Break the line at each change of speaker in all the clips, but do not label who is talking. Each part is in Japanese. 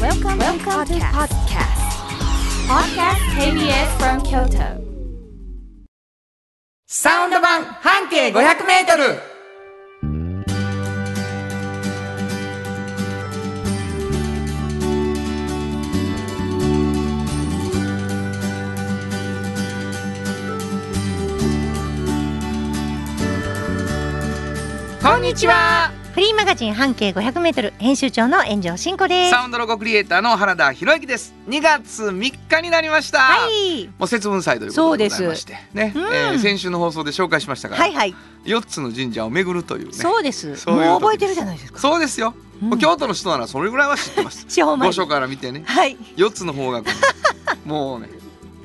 Welcome, Welcome to podcast. Podcast KBS from Kyoto.
サウンド版半径500メートルこんにちは
フリーマガジン半径500メートル編集長の炎上真子です。
サウンドロゴクリエイターの原田博之です2月3日になりました、
はい。
もう節分祭ということでございましてね、
うん
えー先週の放送で紹介しましたが、
はいはい。
4つの神社を巡るというね
そうです。
そういう
も
時
う覚えてるじゃないですか。
そうですよ、
うん
もう京都の人ならそれぐらいは知ってます
地方
御
前。
所から見てね
はい。
4つの方角もう ね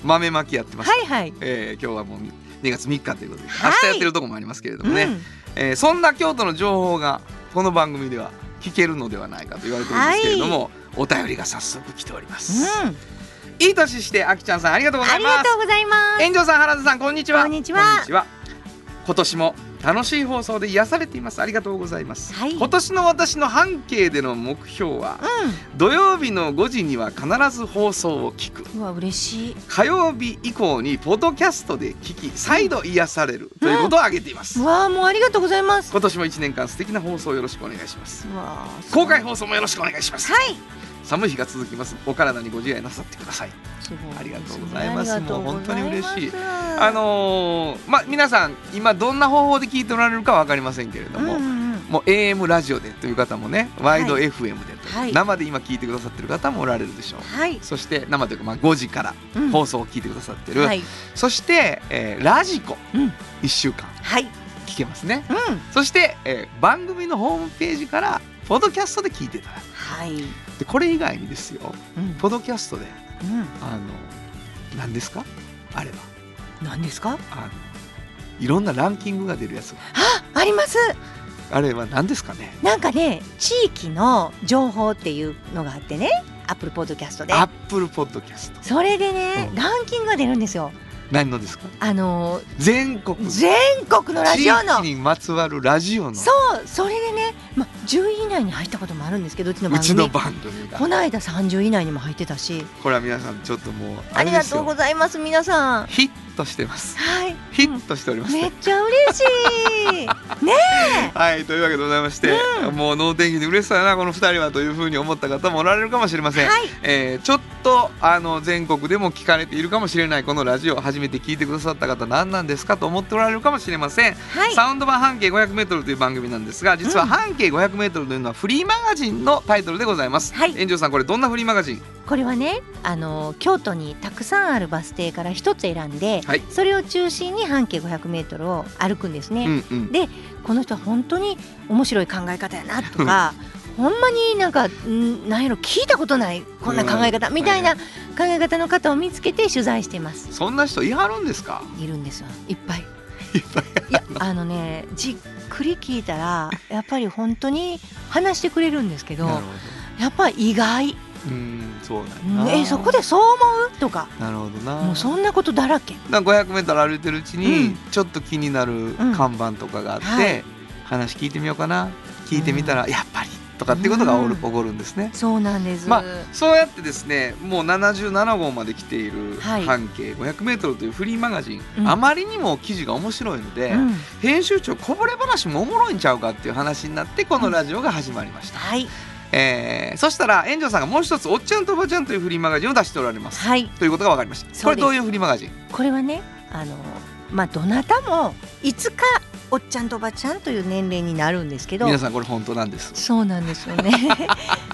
豆まきやってます、
はいはい。
えー今日はもう2月3日ということで、
はい
明日やってるとこもありますけれど
う
も
ん。
ね、えーそんな京都の情報がこの番組では聞けるのではないかと言われてるんですけれども、お便りが早速来ております、
う
いい年してあきちゃんさんありがとうご
ん。
ざ
あ
い
り
ま
が
す
とうございます。
炎上さん原田さんこんにちは
こんにちは
今年も楽しい放送で癒されていますありがとうございます、
はい
今年の私の半径での目標は、土曜日の5時には必ず放送を聞く
うん。うわ嬉しい。
火曜日以降にポッドキャストで聞き再度癒されるということを挙げています、
うわあもうありがとうございます。
今年も1年間素敵な放送をよろしくお願いします
うわあすごい
公開放送もよろしくお願いします
はい。
寒い日が続きますお体にご自愛なさってください
すごいですね
ありがとうございます
ありがとうございます
もう本当に嬉しいあ
あ
のーまあ皆さん今どんな方法で聞いておられるかわかりませんけれど
うん
も、
うんうん。
もう AM ラジオでという方もねワイド
は
FM でという、
はい
生で今聞いてくださってる方もおられるでしょう、
はい。
そして生というかまあ5時から
うん
放送を聞いてくださってる、
はい。
そして、えーラジコ
うん。
1週間
はい。
聞けますね
うん。
そして、えー番組のホームページからポッドキャストで聞いていただく
はい。
でこれ以外にですよ
うん。
ポッドキャストで
うん。
あの何ですかあれば
何ですか？
あのいろんなランキングが出るやつが
ああります。
あれは何ですかね
なんかね地域の情報っていうのがあってねアップルポッドキャストで
アップルポッドキャスト
それでね、
うん
ランキングが出るんですよ
何のですか
あの
全国
ー全国のラジオの
地域にまつわるラジオの
そうそれでね、ま、10位以内に入ったこともあるんですけどうちの
う
番
ち
組
の番組が
この間30位以内にも入ってたし
これは皆さんちょっともう
あ
あ
り
れで
が
す
とう
よ
ございます皆さんは
ヒットしてます
い
ヒットしております、
めっちゃ嬉し い
はいというわけでございまして、もう能天気で嬉しそうやなこの二人はというふうに思った方もおられるかもしれません、
はい
えーちょっとあの全国でも聞かれているかもしれないこのラジオを初めて聞いてくださった方何なんですかと思っておられるかもしれません、
はい
サウンド版半径 500m という番組なんですが実は
うん
半径 500m というのはフリーマガジンのタイトルでございます、
はい
炎上さんこれどんなフリーマガジン
これはねあの京都にたくさんあるバス停から一つ選んで、
はい
それを中心に半径 500m を歩くんですね、
うんうん
この人は本当に面白い考え方やなとかほんまになんかんなんやろ聞いたことないこんな考え方
うん
みたいな考え方の方を見つけて取材してます
そんな人いはるんですか
いるんですよいっぱ い。いやあのねじっくり聞いたらやっぱり本当に話してくれるんですけど
なるほ
やっぱり意外
どうんそうな
「
んだ
うん
な
えそこでそう思う?」とか
なるほどな
もうそんなことだらけ。
なんか 500m 歩いてるうちに、
うん
ちょっと気になる看板とかがあって、
はい
話聞いてみようかな聞いてみたら、やっぱりとかっていうことがおる
うん
起こるんですね。
そうなんです、
まあそうやってですねもう77号まで来ている
はい
半径 500m というフリーマガジン、
うん
あまりにも記事が面白いので、
うん、
編集長こぼれ話もおもろいんちゃうかっていう話になってこのラジオが始まりました、
はい
えーそしたら炎上さんがもう一つ「おっちゃんとおばちゃん」というフリーマガジンを出しておられます、
はい
ということが分かりまし
す
たこれどういうフリーマガジン
これはねあのまあどなたもいつかおっちゃんとおばちゃんという年齢になるんですけど
皆さんこれ本当なんです
そうなんですよ ね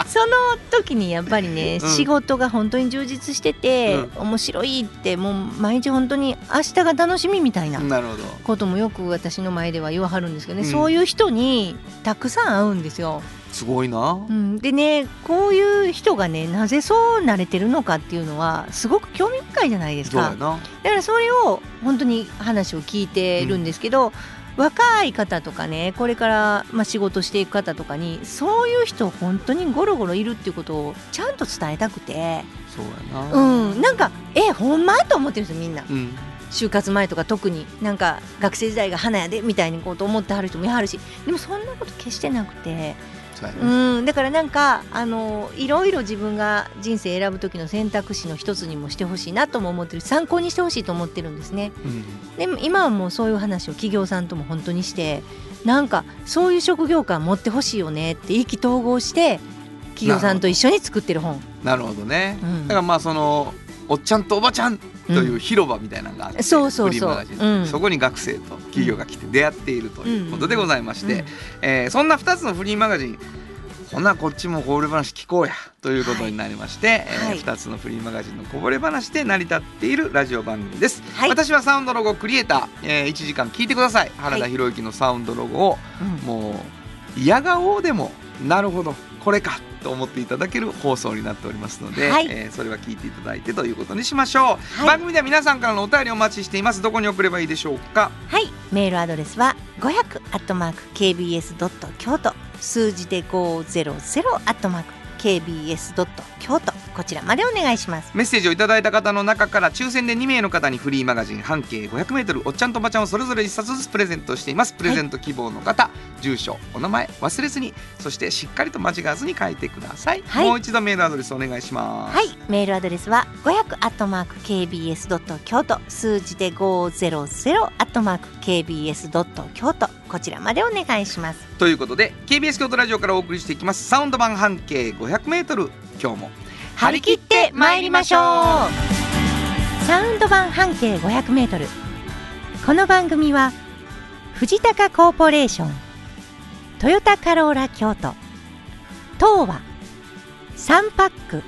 その時にやっぱりね、
うん
仕事が本当に充実してて、面白いってもう毎日本当に明日が楽しみみたいな
なるほど
こともよく私の前では言わはるんですけどね、
うん
そういう人にたくさん会うんですよ。
すごいな、
うん、でねこういう人がねなぜそうなれてるのかっていうのはすごく興味深いじゃないです
そう
か
や。な
だからそれを本当に話を聞いてるんですけど、若い方とかねこれからまあ仕事していく方とかにそういう人本当にゴロゴロいるっていうことをちゃんと伝えたくて、
そうや
う
な、
ん、なんかえほんまと思ってるんですよみんな
うん
就活前とか特になんか学生時代が花やでみたいにこうと思ってはる人もいはるしでもそんなこと決してなくて
そうやね
うん、だからなんかあのいろいろ自分が人生選ぶ時の選択肢の一つにもしてほしいなとも思ってるし参考にしてほしいと思ってるんですね。
うん
で今はもうそういう話を企業さんとも本当にしてなんかそういう職業観持ってほしいよねって意気投合して企業さんと一緒に作ってる本。
なるほどね、
うん
だからまあそのおっちゃんとおばちゃんという広場みたいなのがあって、
うんそうそうそう
フリーマガジン
うん
そこに学生と企業が来て出会っているということでございまし
うん
て、えーそんな2つのフリーマガジンほなこっちもこぼれ話聞こうやということになりまして、
はい
え2つのフリーマガジンのこぼれ話で成り立っているラジオ番組です、
はい
私はサウンドロゴクリエイター、え1時間聞いてください原田博之のサウンドロゴを
うん
もう嫌顔でもなるほどこれかと思っていただける放送になっておりますので、
はい
えーそれは聞いていただいてということにしましょう、
はい
番組では皆さんからのお便りをお待ちしていますどこに送ればいいでしょうか
はい、メールアドレスは500アットマーク kbs ドット京都数字で500アットマーク kbs ドット京都こちらまでお願いします。
メッセージをいただいた方の中から抽選で2名の方にフリーマガジン半径 500m おっちゃんとおばちゃんをそれぞれ1冊ずつプレゼントしていますプレゼント希望の方、住所お名前忘れずにそしてしっかりと間違わずに書いてください、
はい
もう一度メールアドレスお願いします、
はい、メールアドレスは500アットマーク kbs ドット京都数字で500アットマーク kbs ドット京都こちらまでお願いします。
ということで KBS 京都ラジオからお送りしていきますサウンド版半径 500m 今日も
張り切って参りましょうサウンド版半径500メートルこの番組は藤高コーポレーショントヨタカローラ京都東和サンパック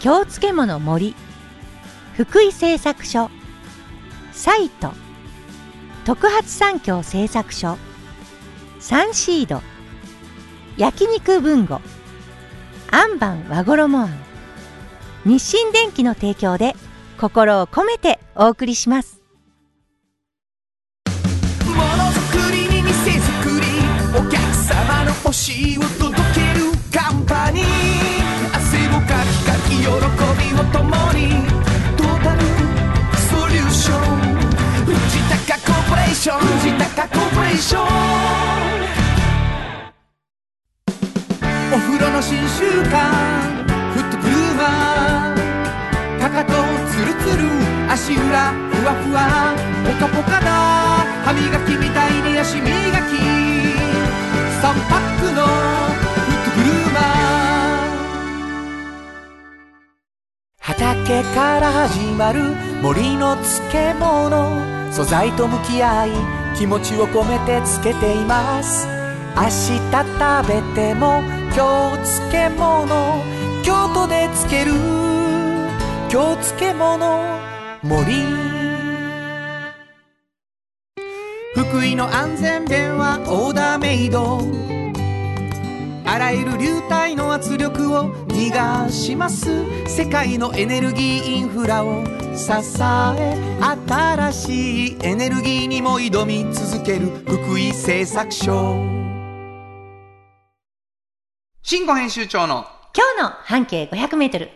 京漬物森福井製作所サイト特発産業製作所サンシード焼肉文吾アンバン和衣あん日清電機の提供で心を込めてお送りします
ものづくりに店づくりお客様の欲しいを届けるカンパニー汗をかきかき喜びを共にトータルソリューション藤高コーポレーション藤高コーポレーションお風呂の新習慣フットブルーマーかかとツルツル足裏ふわふわポカポカだ歯磨きみたいに足磨き3パックのフットブルーマー畑から始まる森の漬物素材と向き合い気持ちを込めてつけています明日食べても今日漬物京都で漬ける京漬物森福井の安全弁はオーダーメイドあらゆる流体の圧力を逃がします世界のエネルギーインフラを支え新しいエネルギーにも挑み続ける福井製作所
新語編集長の
今日の半径500メートル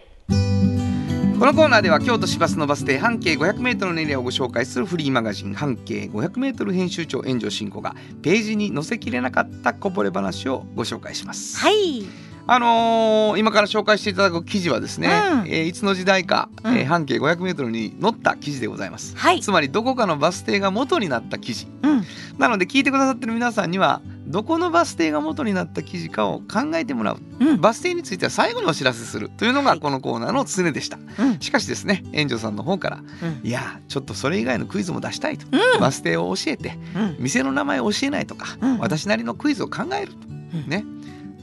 このコーナーでは京都市バスのバス停半径 500m のエリアをご紹介するフリーマガジン半径 500m 編集長炎上進行がページに載せきれなかったこぼれ話をご紹介します、
はい
あのー今から紹介していただく記事はですね、
うん
えーいつの時代か、
うん
えー半径 500m に載った記事でございます、
はい
つまりどこかのバス停が元になった記事
うん
なので聞いてくださってる皆さんにはどこのバス停が元になった記事かを考えてもらう、
うん
バス停については最後にお知らせするというの
は
が
い
このコーナーの常でした、
うん
しかしですね園長さんの方から
うん
いやーちょっとそれ以外のクイズも出したいと、
うん
バス停を教えて
うん
店の名前を教えないとか、
うん
私なりのクイズを考えると、
うん
ね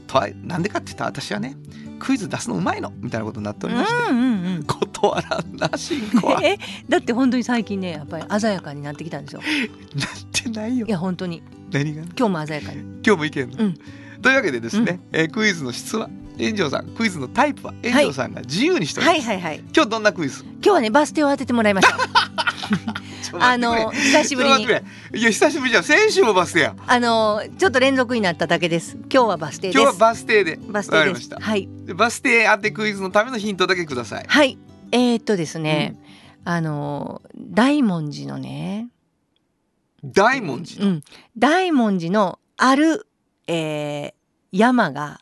とはなんでかって言ったら私はねクイズ出すのうまいのみたいなことになっておりまして、
うんうんうん
断らんな進行 はなっ
えだって本当に最近ねやっぱり鮮やかになってきたんですよ
てないよ
いや本当に
何が
今日も鮮やかに
今日もいけんの、
うん
というわけでですね、えークイズの質は炎上さんクイズのタイプは炎上さんが自由にしておりま
は
す、
いはいはい
今日どんなクイズ
今日はねバス停を当ててもら いました
ちょっと
あ
待って
の
くれ
久しぶりに
ちょっと待ってくれいや久しぶりじゃん先週もバス停や
あのちょっと連続になっただけです今日はバス停です
今日はバス停で
バス
わかり
停で
ますした
はい
でバス停当てクイズのためのヒントだけください
はい。えー、っとですね、あの大文字のね、
大文字
うん、大文字のある、えー山が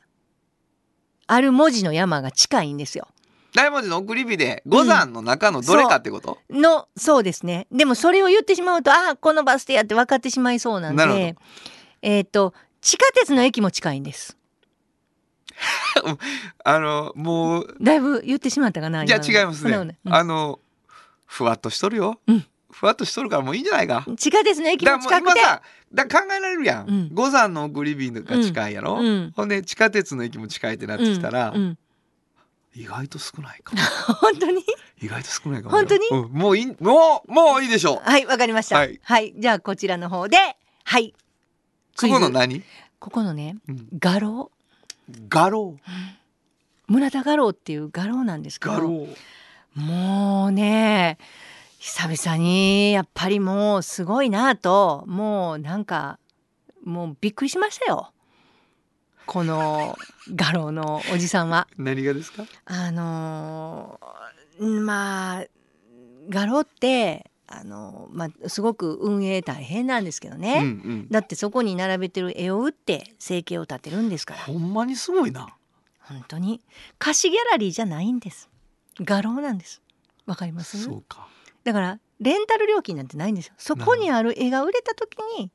ある文字の山が近いんですよ。
大文字の送り火で五山の中のどれかってこと、
のそうですねでもそれを言ってしまうとあこのバス停やって分かってしまいそうなん
なるほど
でえっ、と地下鉄の駅も近いんです
あのもう
だいぶ言ってしまったかな
じゃ
今
あ
の
違います
そんなこと
ね
な。い
あのふわっとしとるよ、
うん
ふわっとしとるからもういいんじゃないか。
うん地下鉄の駅
だ
も
から
近
もう
くて
今さだから考えられるやん、
うん
五山の送り火が近いやろ、
うん
ほんで地下鉄の駅も近いってなってきたら、
うんうん
意外と少ない かも
本当に
意外と少ないかも
本当に
うんもういいもうもういいでしょう
はいわかりました
は
はいい、じゃあこちらの方ではい
そ
クイズ
この何、
ここのね
うん、
画廊
画廊
村田画廊っていう画廊なんですけど
画廊
もうね久々にやっぱりもうすごいなともうなんかもうびっくりしましたよ この画廊のおじさんは。
何がですか
あのーまあ画廊ってあのーまあ、すごく運営大変なんですけど
うんう
ね、
ん
だってそこに並べてる絵を打って生計を立てるんですから
ほんまにすごいな
本当に貸しギャラリーじゃないんです画廊なんですわかります
そうか
だからレンタル料金なんてないんですよそこにある絵が売れた時に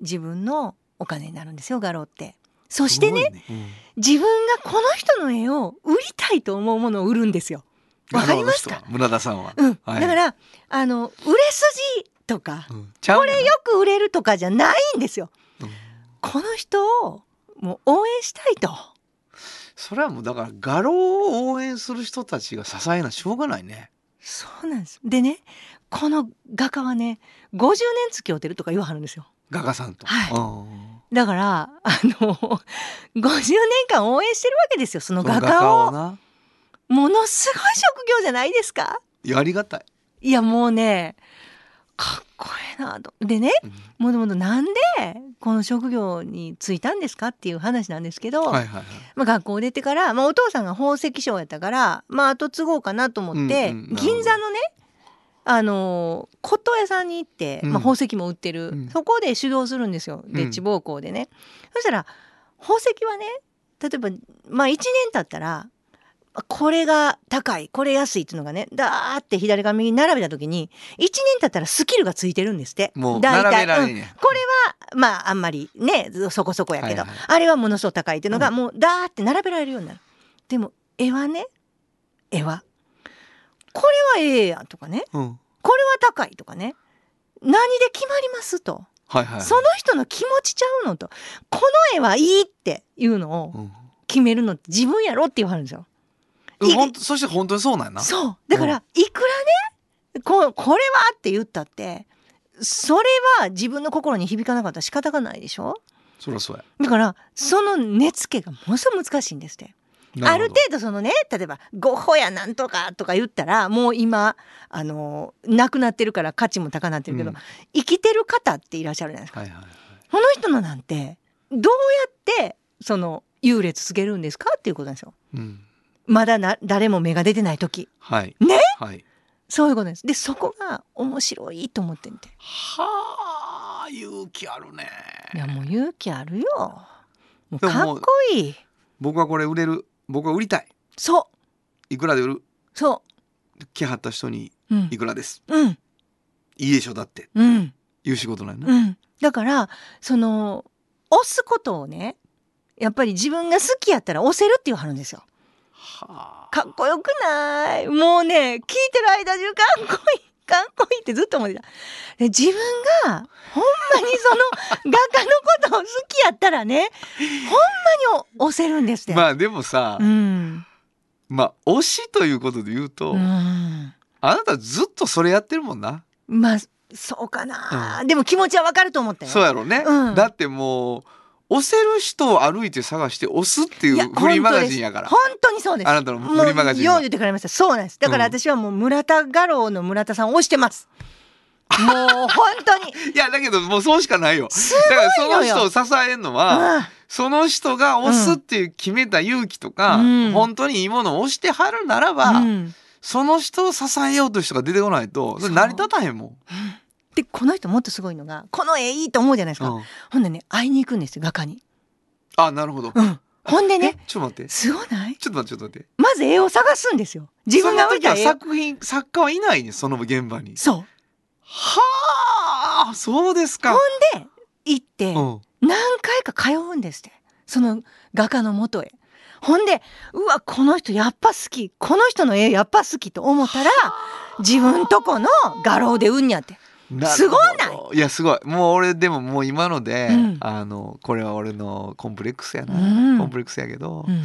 自分のお金になるんですよ画廊ってそしてね
すごいうん
自分がこの人の絵を売りたいと思うものを売るんですよわかりますか
画廊の人は村田さんは、
うん、
はい
だからあの売れ筋とか
うんちゃうねんな
よく売れるとかじゃないんですよ
うん
この人をもう応援したいと
それはもうだから画廊を応援する人たちが支えなしょうがないね
そうなんですでねこの画家はね50年付き合うてるとか言わはるんですよ
画家さんと、
はい
うん
だからあの 50年間応援してるわけですよその
その
画
画
家
家
を
をな
ものすごい職業じゃないですか
いやありがたい、
いやもうねかっこええなとでね
うん
もともとなんでこの職業に就いたんですかっていう話なんですけど、
はいはいはい
まあ、学校出てから、まあ、お父さんが宝石商やったからまあ後継ごうかなと思って、
うんうん
銀座のねあのー骨董屋さんに行って、
うん
まあ、宝石も売ってる、
うん
そこで修行するんですよ
ん
でッチ奉公でね、そしたら宝石はね例えば、まあ、1年経ったらこれが高いこれ安いっていうのがねだーって左側右に並べた時に1年経ったらスキルがついてるんですって
もう
大
並べ
体
られ
うん
んや、
これはまああんまりねそこそこやけど、
はいはい
あれはものすごく高いっていうのが、
う
もうダーって並べられるようになるでも絵はね絵はこれはええやんとかね
うん
これは高いとかね何で決まりますと、
はいはい
その人の気持ちちゃうのとこの絵はいいっていうのを
うん
決めるのって自分やろって言わはるんですよ
うん
い
ほんとそして本当にそうなんやな
そうだからいくらねここれはって言ったってそれは自分の心に響かなかったら仕方がないでしょ
そりゃそうや
だからその根付けがものすごく難しいんですってあ
な
る
ほ
程
ど
度そのね例えば「ゴッホやなんとか」とか言ったらもう今あのなくなってるから価値も高なってるけど、
うん
生きてる方っていらっしゃるじゃないですか
はいはいはい
この人のなんてどうやってその優劣つけるんですかっていうことなんですよ
うん
まだな誰も目が出てない時
はい
ね
はい
そういうことですでそこが面白いと思ってみて
はあ勇気あるね
いやもう勇気あるよもう
でも
かっ
もう
こいい
僕はこれ売れる僕は売りたい
そ
いくらで売る
うそ
来はった人に
ううん
いくらです
うん
いいでしょだって
うん
いう仕事なんやな、
うん、だからその押すことをねやっぱり自分が好きやったら押せるって言わはるんですよ
はあ
かっこよくないもうね聞いてる間中かっこいいかっこいいってずっと思ってたで自分がほんまに その画家のことを好きやったらねほんまにお押せるんですって、
まあでもさ、
うん、
まあ推しということで言うと、
うん、
あなたずっとそれやってるもんな、
まあそうかな、でも気持ちはわかると思ったよ
そうやろね、
うん
だってもう押せる人を歩いて探して押すってい
いや
うフリーマガジンやから
本当にそうです
あなたのフリーマガジン
もうよ
は
う言ってくれましたそうなんですだから
うん
私はもう村田画廊の村田さんを推してます、もう本当 に
いやだけどもうそうしかないよ
す
だから
ごいの
その
よ
人を支えるのは、その人が押すっていう決めた勇気とか、
うん
本当にいいものを押してはるならば、
うんうん
その人を支えようという人が出てこないとそれ成り立たへんもん。
でこの人もっとすごいのがこの絵いいと思うじゃないですか、
うん
ほんでね会いに行くんですよ画家に
あなるほど、
うん、ほんでね
えちょっと待って
すごない
ちょっと待ってちょっと待って
まず絵を探すんですよ自分が置いた
そんな時
絵
は作品作家はいないねその現場に
そう
はあそうですか、
行って
うん、
何回か通うんですってその画家の元へほんでうわこの人やっぱ好きこの人の絵やっぱ好きと思ったら自分とこの画廊でうんにゃって
なるほど
すご
いやすごいもう俺でももう今ので、
うん
あのこれは俺のコンプレックスや
う
な、
ん、
コンプレックスやけど、
うん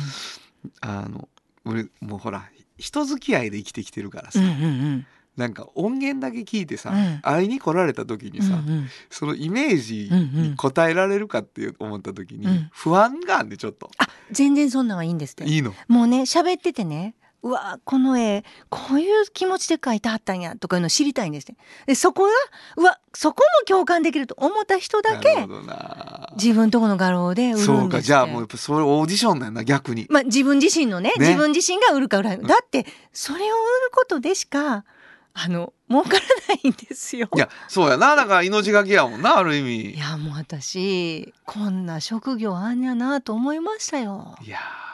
あの俺もうほら人付き合いで生きてきてるから
う
さ、
んうん
なんか音源だけ聞いてさ、
うん
会いに来られた時に
うんう
さ、
ん
そのイメージ
うんう
に
ん
応えられるかって思った時に
うん
不安があんでちょっと、
あ全然そんなんはいいんですって
いいの
もうね喋っててねうわこの絵こういう気持ちで描いてはったんやとかいうの知りたいんですってでそこがうわそこも共感できると思った人だ
なる
け
ほどな
自分とこの画廊で売るんですって
そうかじゃあもうやっぱそれオーディションなんだ逆に、
まあ、自分自身のね
ね
自分自身が売るか売らないだってそれを売ることでしかあの儲からないんですよ。
いやそうやなだから命がけやもんなある意味
いやもう私こんな職業あんやなと思いましたよ。
いやー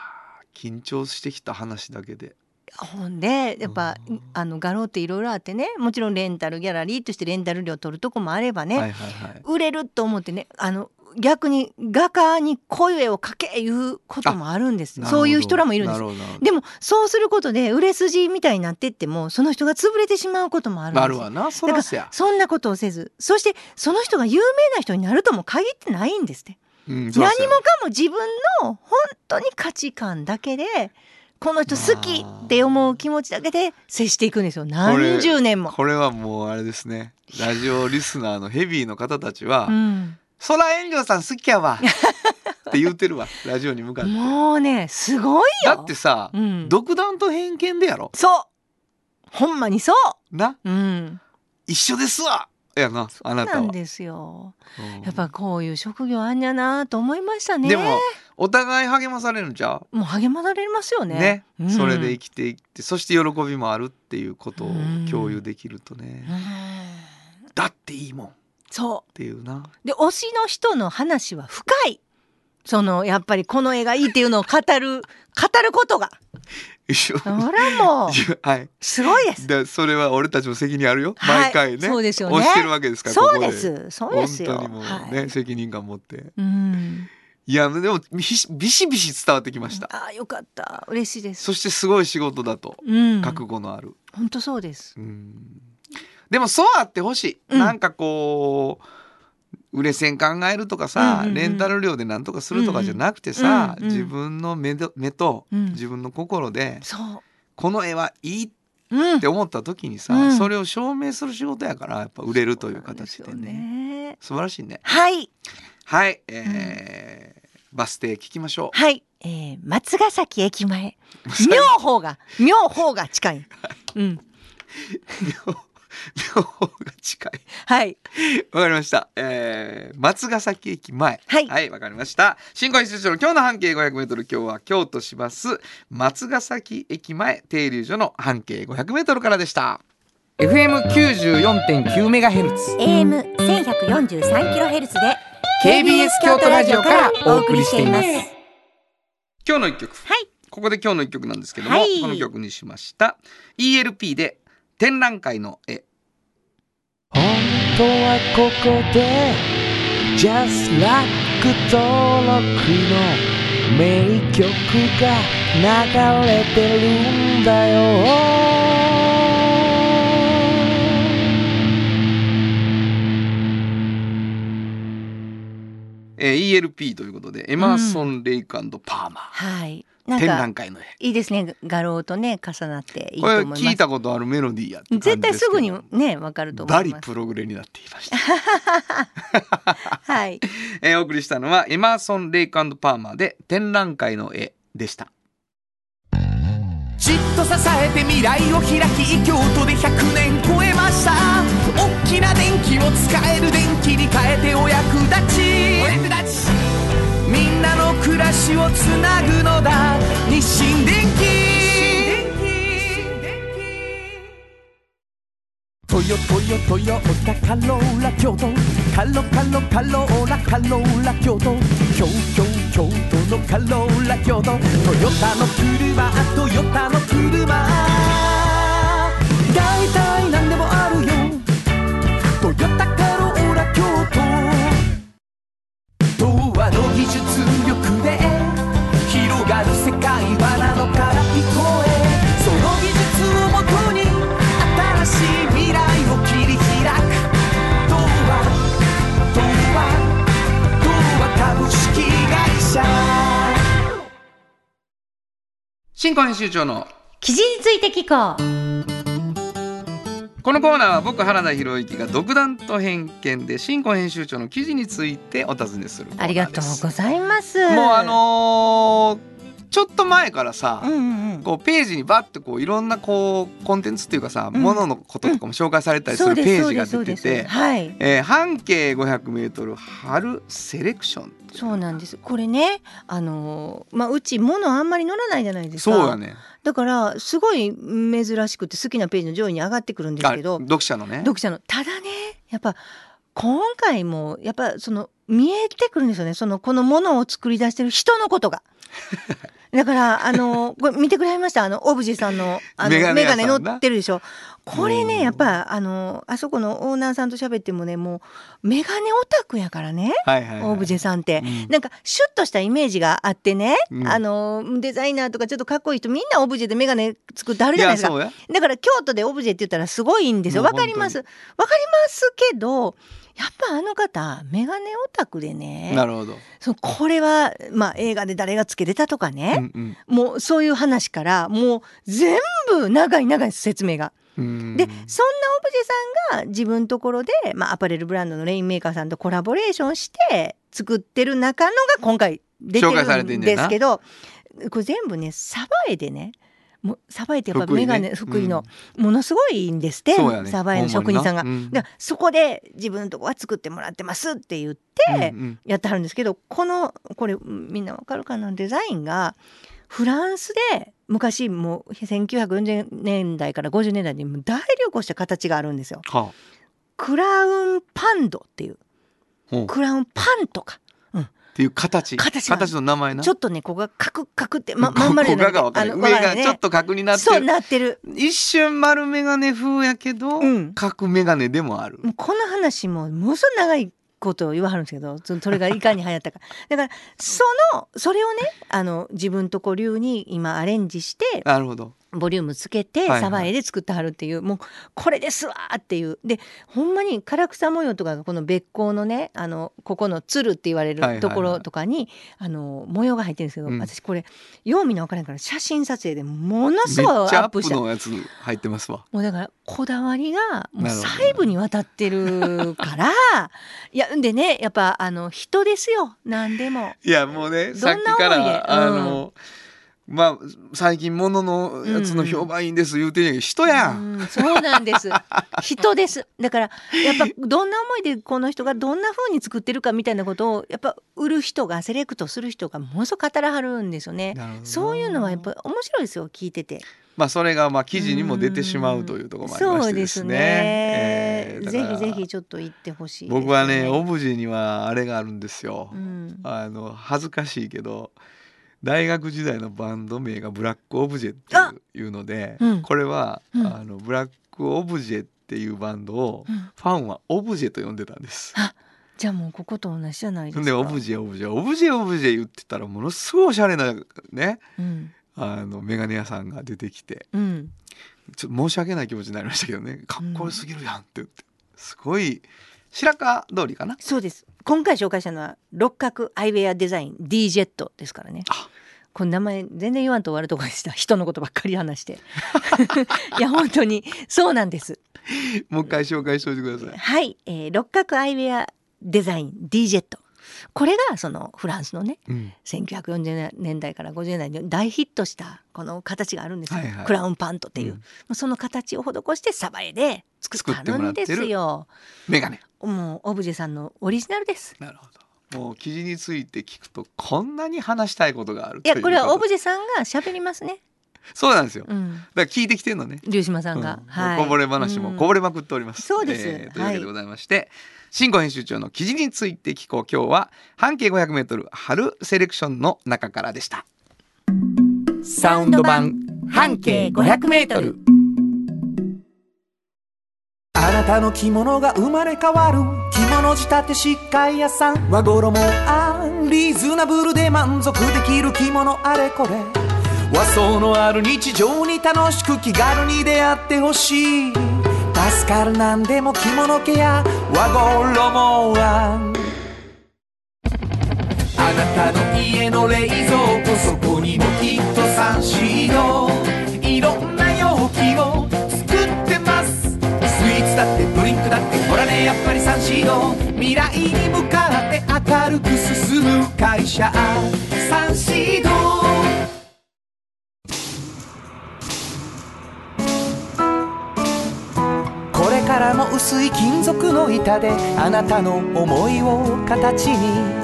緊張してきた話だけで
ほんでやっぱ
うん
あの画廊っていろいろあってねもちろんレンタルギャラリーとしてレンタル料取るとこもあればね、
はいはいはい
売れると思ってねあの逆に画家にこういう絵を描けいうこともあるんです
なるほど
そういう人らもいるんです
なるほどなるほど
でもそうすることで売れ筋みたいになってってもその人が潰れてしまうこともあるんです
なるわなそらそや
そんなことをせずそしてその人が有名な人になるとも限ってないんですって
うんそ
何
ら
も
そや
かも自分の本当に価値観だけでこの人好きって思う気持ちだけで接していくんですよ何十年も。
これはもうあれですねラジオリスナーのヘビーの方たちは
うん、
「そら炎上さん好きやわ」って言うてるわラジオに向かって。
もうねすごいよ
だってさ、
うん、
独断と偏見でやろ
そうほんまにそ
な
う、うん、
一緒ですわやな
そう
あなた
な
は
んですよ
うん
やっぱこういう職業あんやなと思いましたね
でもお互い励まされるんちゃう
もう励まされますよね
ね、
うん
それで生きていってそして喜びもあるっていうことを
うん
共有できるとね、
うん
だっていいもんっ
そう
ていうな
で推しの人の話は深いそのやっぱりこの絵がいいっていうのを語る 語ることが
一緒
それはもう
はい
すごいです
だそれは俺たちも責任あるよ、
は
毎
い
回ね
そうですよね
押してるわけですから
そ
こ
う
こ
ですそうですよ
本当にもうね、
はい、
責任感持って
うん
いやでもひしビシビシ伝わってきました、
あーよかった嬉しいです
そしてすごい仕事だと
うん
覚悟のある、
本当そうです
うんでもそうあってほしい、
うん
なんかこう売れ線考えるとかさ、
うんうんうん
レンタル料でなんとかするとかじゃなくてさ、
うんうん
自分の目ど目と
うん
自分の心で、
そう
この絵はいい
うん
って思った時にさ、
うん
それを証明する仕事やからやっぱ売れるという形
そ
で
うなんす
ね
よね
素晴らしいね
はい
はい、えーバス停聞きましょう
はい、えー、松ヶ崎駅前妙法が妙法が近い、うん
両 両方が近い
はい
わかりました。えー、松ヶ崎駅前。
はい
わかりました。新婚室長の今日の半径500メートル、今日は京都市バス松ヶ崎駅前停留所の半径500メートルからでした。
FM94.9 メガヘルツ
AM 1143キロヘルツで
KBS 京都ラジオからお送りしています
今日の一曲。
はい
ここで今日の一曲なんですけども、
はい
この曲にしました。ELP で展覧会の絵。
本当はここで Just Rock 登録の名曲が流れてるんだよ
えー、ELP ということで、エマーソン・レイクパーマ
は
ー。
いなん
展
か
覧会の絵。
いいですね画廊とね重なっていいと
これ
思います
聞いたことあるメロディーやって感じですけ
絶
ど
対すぐにねわかると思
バ
い
リ
ます
プログレになっていました。
はい
えーお送りしたのはエマーソン・レイクパーマーで展覧会の絵でした
じっと支えて未来を開き京都で100年超えました大きな電気を使える電気に変えてお役立ちお役立ちみんなの暮らしをつなぐのだ日清電気プトヨトヨトヨタカローラ京都カロカロカローラカローラ京都京京京都のカローラ京都トヨタの車トヨタの車だいたいなんでもあるよトヨタカローラ京都童話の技術力で広がる世界はなのから聞こえその技術をもとに新しい未来を切り開く童話童話童話株式会社
新婚編集長の
記事について聞こう
このコーナーは僕原田博之が独断と偏見で新婚編集長の記事についてお尋ねするコーナ
ありが
ー
と
で
う
す
ございます。
もうあのーちょっと前からさ、
うんうんうん。
こうページにバッてこういろんなこうコンテンツっていうかさ、
うん
もののこととかも紹介されたりす
そ
る
うです
ペー
そう
ジ
で
が
すそう
出
で
て
す
て、
はい。
えー半径 500m 春セレクションとい
そうなんです。これね、あのーまあうち物あんまり乗らないじゃないですか。
そうやね
だからすごい珍しくて好きなページの上位に上がってくるんです
あ
けど、
読者のね
読者のただね、やっぱ今回もやっぱその見えてくるんですよね。そのこのものを作り出してる人 のことが。だからあのーこれ見てくれましたあのオブジェさんのあの
メガネ
メ
屋さ
ガ
ん
ネ
な
乗ってるでしょ。これ
うん
ねやっぱあのーあそこのオーナーさんと喋ってもねもうメガネオタクやからね。
はいはいはい、
オブジェさんって、
うん
なんかシュッとしたイメージがあってね、
うん
あのデザイナーとかちょっとかっこいい人みんなオブジェで眼鏡作ってある
い
じゃな
や
いです
そ
か
うや
だから京都でオブジェって言ったらすごいんですよ
うん
わかりますわかりますけどやっぱあの方眼鏡オタクでね
なるほど、
そのこれは、まあ、映画で誰がつけてたとか
う
ね、
んうん
もうそういう話からもう全部長い長い説明が。
うん、
でそんなオブジェさんが自分のところで、まあ、アパレルブランドのレインメーカーさんとコラボレーションして作ってる中のが今回出て
紹介され
る
てん
ん
ねん
で
な
すけどこれ全部ねサバエでねもうサバエってやっぱ
福井ね
メガネ福井の、ものすごいんですって、
そうやね
サバエの職人さんが。
ほまにな
だからそこで自分のとこは作ってもらってますって言って
うんうんうん
やってはるんですけど、このこれみんなわかるかなデザインがフランスで昔もう1940年代から50年代にもう大流行した形があるんですよ。
は
クラウンパンドっていう
あ、うんっ
クラウンパンとか
ていう形
形が
の名前な
ちょ
っ
っとねここがカクカクってままん丸にな
ここがわかる上がちょっと角になって
そう
る
なってる。
一瞬丸眼鏡風やけど、
うん
角眼鏡でもある
もうこの話もものすごい長いことを言わはるんですけどそそれがいかに流行っ たかだからそのそれをねあの自分とこ流に今アレンジして
なるほど
ボリュームつけ
い
て
はい
サバエで作ってはるっていう、もうこれですわーっていうでほんまに唐草模様とかがこの別光のねあのここの鶴って言われ
はいはいはい
るところとかに、あの模様が入ってるんですけど、
うん
私これよう見な分からんから写真撮影でもの
めっ
す
ち
ごいア
ゃア
ッ
ップ
プした
のやつ入ってますわ
もうだからこだわりがもう
なるほど
細部にわたってるから いやんでねやっぱあの人ですよ何でも。
いやもうね
どんな
さっきから、
思いで
あ
うん
のまあ最近もののやつの評判いいんです言うてんやけど人やん、
うん、そうなん です。人です。だからやっぱどんな思いでこの人がどんな風に作ってるかみたいなことをやっぱ売る人がセレクトする人がものすごく語らはるんですよね
なるほど。
そういうのはやっぱ面白いですよ聞いてて。
まあそれがまあ記事にも出てしまうというところもありま
そ
し
う
てで
ですす
ね
ね
え。ーだ
ぜ
から
ひぜひちょっと行ってほしいです、
僕はねオブジェにはあれがあるんですよ、
うん
あの恥ずかしいけど大学時代のバンド名がブラックオブジェって
あ
いうので、
うん
これは、
うん
あのブラックオブジェっていうバンドを、
うん
ファンはオブジェと呼んでたんです。
じゃあもうここと同じじゃないです
ほ
か。
んでオブジェオブジェオブジェオブジェ言ってたらものすごいおしゃれなね
うん
あのメガネ屋さんが出てきて
うん、
ちょっと申し訳ない気持ちになりましたけどねかっこよすぎるやんって言ってすごい白川通りかな
そうです今回紹介したのは六角アイウェアデザイン D ジェットですからね
あ
この名前全然言わんと終わるとこでした人のことばっかり話して いや本当にそうなんです
もう一回紹介しておいてください。
はい、えー六角アイウェアデザイン D ジェットこれがそのフランスのね
うん
1940年代から50年代に大ヒットしたこの形があるんですよ、
はいはい
クラウンパントってい
う
う、
ん
もうその形を施してサバエで作ってあるんです
作って
よ
メガネ
もうオブジェさんのオリジナルです
なるほど。もう記事について聞くとこんなに話したいことがある
いやこれはオブ
ジ
ジェさんが喋りますね。
そうなんですよ。だか
うん、
ら聞いてきてんのね。
龍島さんが、
うん
はい、
こぼれ話も
うん
こぼれまくっております。
そうです
というわけでございまして、新語編集長の記事について聞こう。今日は半径500メートル春セレクションの中からでした。
サウンド版半径500メートルあなたの着物が生まれ変わる着物仕立て疾患屋さん和衣もあリーズナブルで満足できる着物あれこれ和装のある日常に楽しく気軽に出会ってほしい助かるなんでも着物ケア和衣もああなたの家の冷蔵庫そこにもきっとサンシードいろんな容器を作ってますスイーツだってドリンクだってほらねやっぱりサンシード未来に向かって明るく進む会社サンシードこれからも薄い金属の板であなたの思いを形に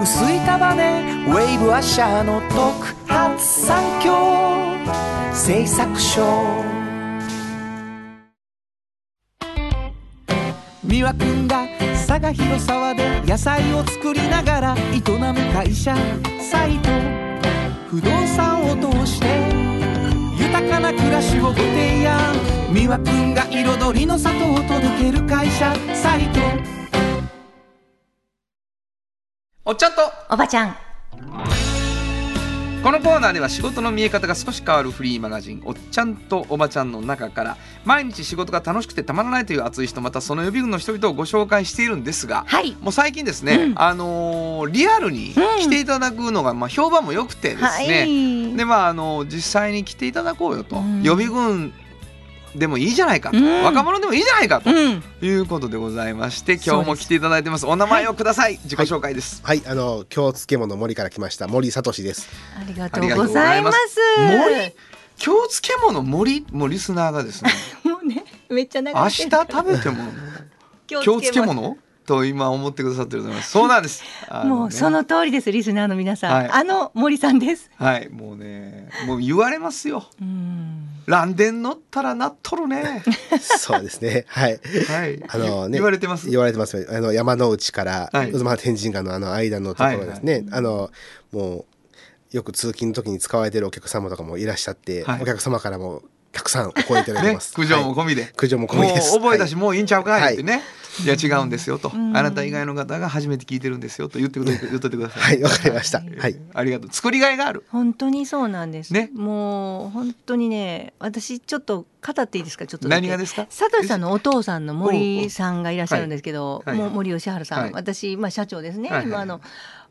薄い束ねウェイブアッシャーの特発産業製作所美和くんが佐賀広沢で野菜を作りながら営む会社サイト不動産を通して豊かな暮らしをご提案美和くんが彩りの里を届ける会社サイト
おっちゃんと
おばちゃん。
このコーナーでは仕事の見え方が少し変わるフリーマガジン「おっちゃんとおばちゃん」の中から毎日仕事が楽しくてたまらないという熱い人またその予備軍の人々をご紹介しているんですが、
はい
もう最近ですね、あのーリアルに来ていただくのがまあ評判も良くてですね、
はい
でまああの実際に来ていただこうよと、
うん
予備軍でもいいじゃないかと、
うん
若者でもいいじゃないかと
うん、
いうことでございまして今日も来ていただいてますお名前をください、自己紹介です、
はい、あの京漬物森から来ました森聡です。
ありがとうございます
ありがとうございます今日漬物森もリスナーがですね
もうねめっちゃ長
明日食べても今日漬物と今思ってくださってると思いますそうなんですあね
もうその通りですリスナーの皆さん、
はい
あの森さんです
はいもうねもう言われますよ
うん
蘭電乗ったらなっとるね
そうですね。はい。
はい
あのね、
言われてます
言われてますね。あの山の内から、
はい
渦巻天神間のあの間のところですね。あのもうよく通勤の時に使われているお客様とかもいらっしゃって、
はい
お客様からもたくさんお声いただいて
ね
ます。
苦情
は
も
い
込みで、
苦情も込みです。
もう覚えたし、
はい
もういいんちゃうかいってね、い、や違うんですよと、
ん
あなた以外の方が初めて聞いてるんですよと言ってくだ言っといてください、
はい、わかりました。は。
はい
ありがとう作りがいがある
本当にそうなんです
ね
もう本当にね私ちょっと語っていいですかちょっとだけ
何がですか
佐藤さんのお父さんの森さんがいらっしゃるんですけど、
おうおうはい
もう
はい
森吉原さん、
はい
私、まあ、社長ですね、
はいはい
今あの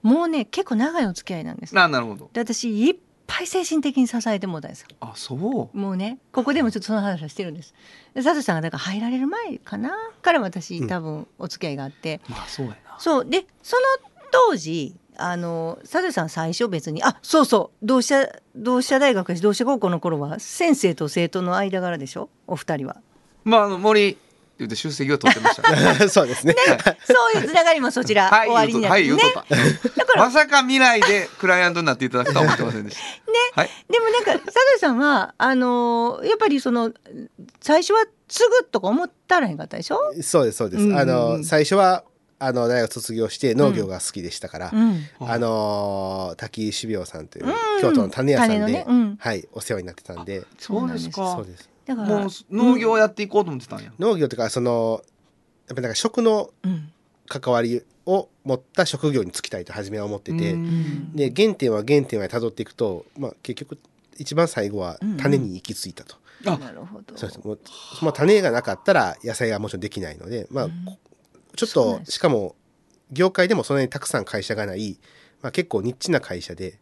もうね結構長いお付き合いなんです。
ななるほど
で私いっぱい精神的に支えてもらったんですよ
あそう
もうねここでもちょっとその話はしてるんです。で佐藤さんがだから入られる前かなから私多分お付き合いがあって、
まあそうやな
そうでその当時あの佐藤さん最初別にあそうそう同志社同志社大学やし同志社高校の頃は先生と生徒の間柄でしょお二人は。
まああの森って言って出席を取って ましたは
そうですね。
い
そういうつながりもそちら、
はい
終わりになって
言
ね
うとったはい言うとったまさか未来でクライアントになっていただくとは思ってませんでした はい
でもなんか佐藤さんはあのやっぱりその最初は継ぐとか思ったらへんかったでしょ、
そうですそうです。
うんうんうん
あの最初はあの大学卒業して農業が好きでしたから、
うん、
あのー、滝種苗さんという、京都の種屋さんで、
種のねうん
はい、お世話になってたんで、
そうなんです
そうです。
だから
もう農業をやっていこうと思ってたんや、
農業というか、その、やっぱりなんか食の
うん
関わりを持った職業に就きたいと初めは思ってて、
うん
で、原点は原点は辿っていくと、まあ、結局、一番最後は
うん
種に行き着いたと。
あ
なるほど
そうです。もう、まあ、種がなかったら野菜がもちろんできないので、まあ、ちょっ
そうなん
と
で、す
しかも、業界でもそんなにたくさん会社がない、まあ、結構ニッチな会社で、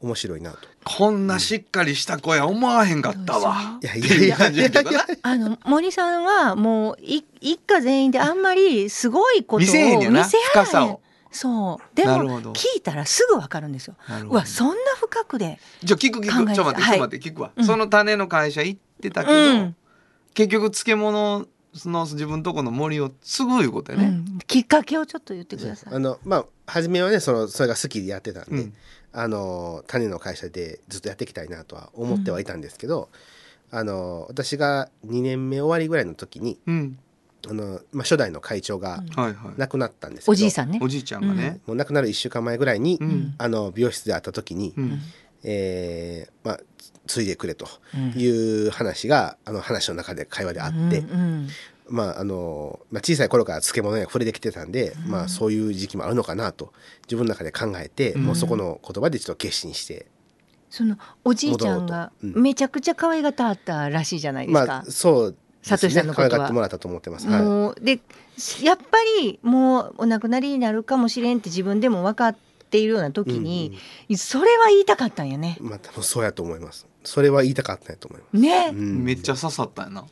面白いなと。
こんなしっかりした子や思わへんかったわ
いや
っていう感じやけどな
あの森さんはもうい一家全員であんまりすごいこと
見
を見
せ
せ
へん
合え
ねやな深さを
そうで
なるほ
も
ど
聞いたらすぐわかるんですよ。
なるほ
う
ど
わそんな深くで、
じゃあ聞く聞くち
考
ょっ
えて
と
た
待ってちょっと待って聞くわ、
うん
その種の会社行ってたけど、
うん
結局漬物その自分とこの森を継ぐいうことや
う
ね、
んきっかけをちょっと言ってください。
あのまあ初めはねそのそれが好きでやってたんで、
うん
あの種の会社でずっとやっていきたいなとは思ってはいたんですけど、あの私が2年目終わりぐらいの時に
うん
あの、まあ、初代の会長が
はいはい
亡くなったんですけど、
おじいさんね
おじいちゃんがね
もう亡くなる1週間前ぐらいに、
うん
あの美容室で会った時に、
うん
えーまあ、つついでくれと
うん
いう話が、あの話の中で会話であって、
うん
まああのまあ、小さい頃から漬物には触れてきてたんで、まあ、そういう時期もあるのかなと自分の中で考えて、もうそこの言葉でちょっと決心して、
そのおじいちゃんが
戻ろうとうん
めちゃくちゃ可愛がってはったらしいじゃないですか、
まあそうで
サト
す
シさん
ね
のこ
可
とは
愛がってもらったと思ってます。はい
もうでやっぱりもうお亡くなりになるかもしれんって自分でも分かっているような時に、それは言いたかったんよね。
まあ、多分そうやと思います。それは言いたかったんやと思います。
ね、
うん
めっちゃ刺さったよな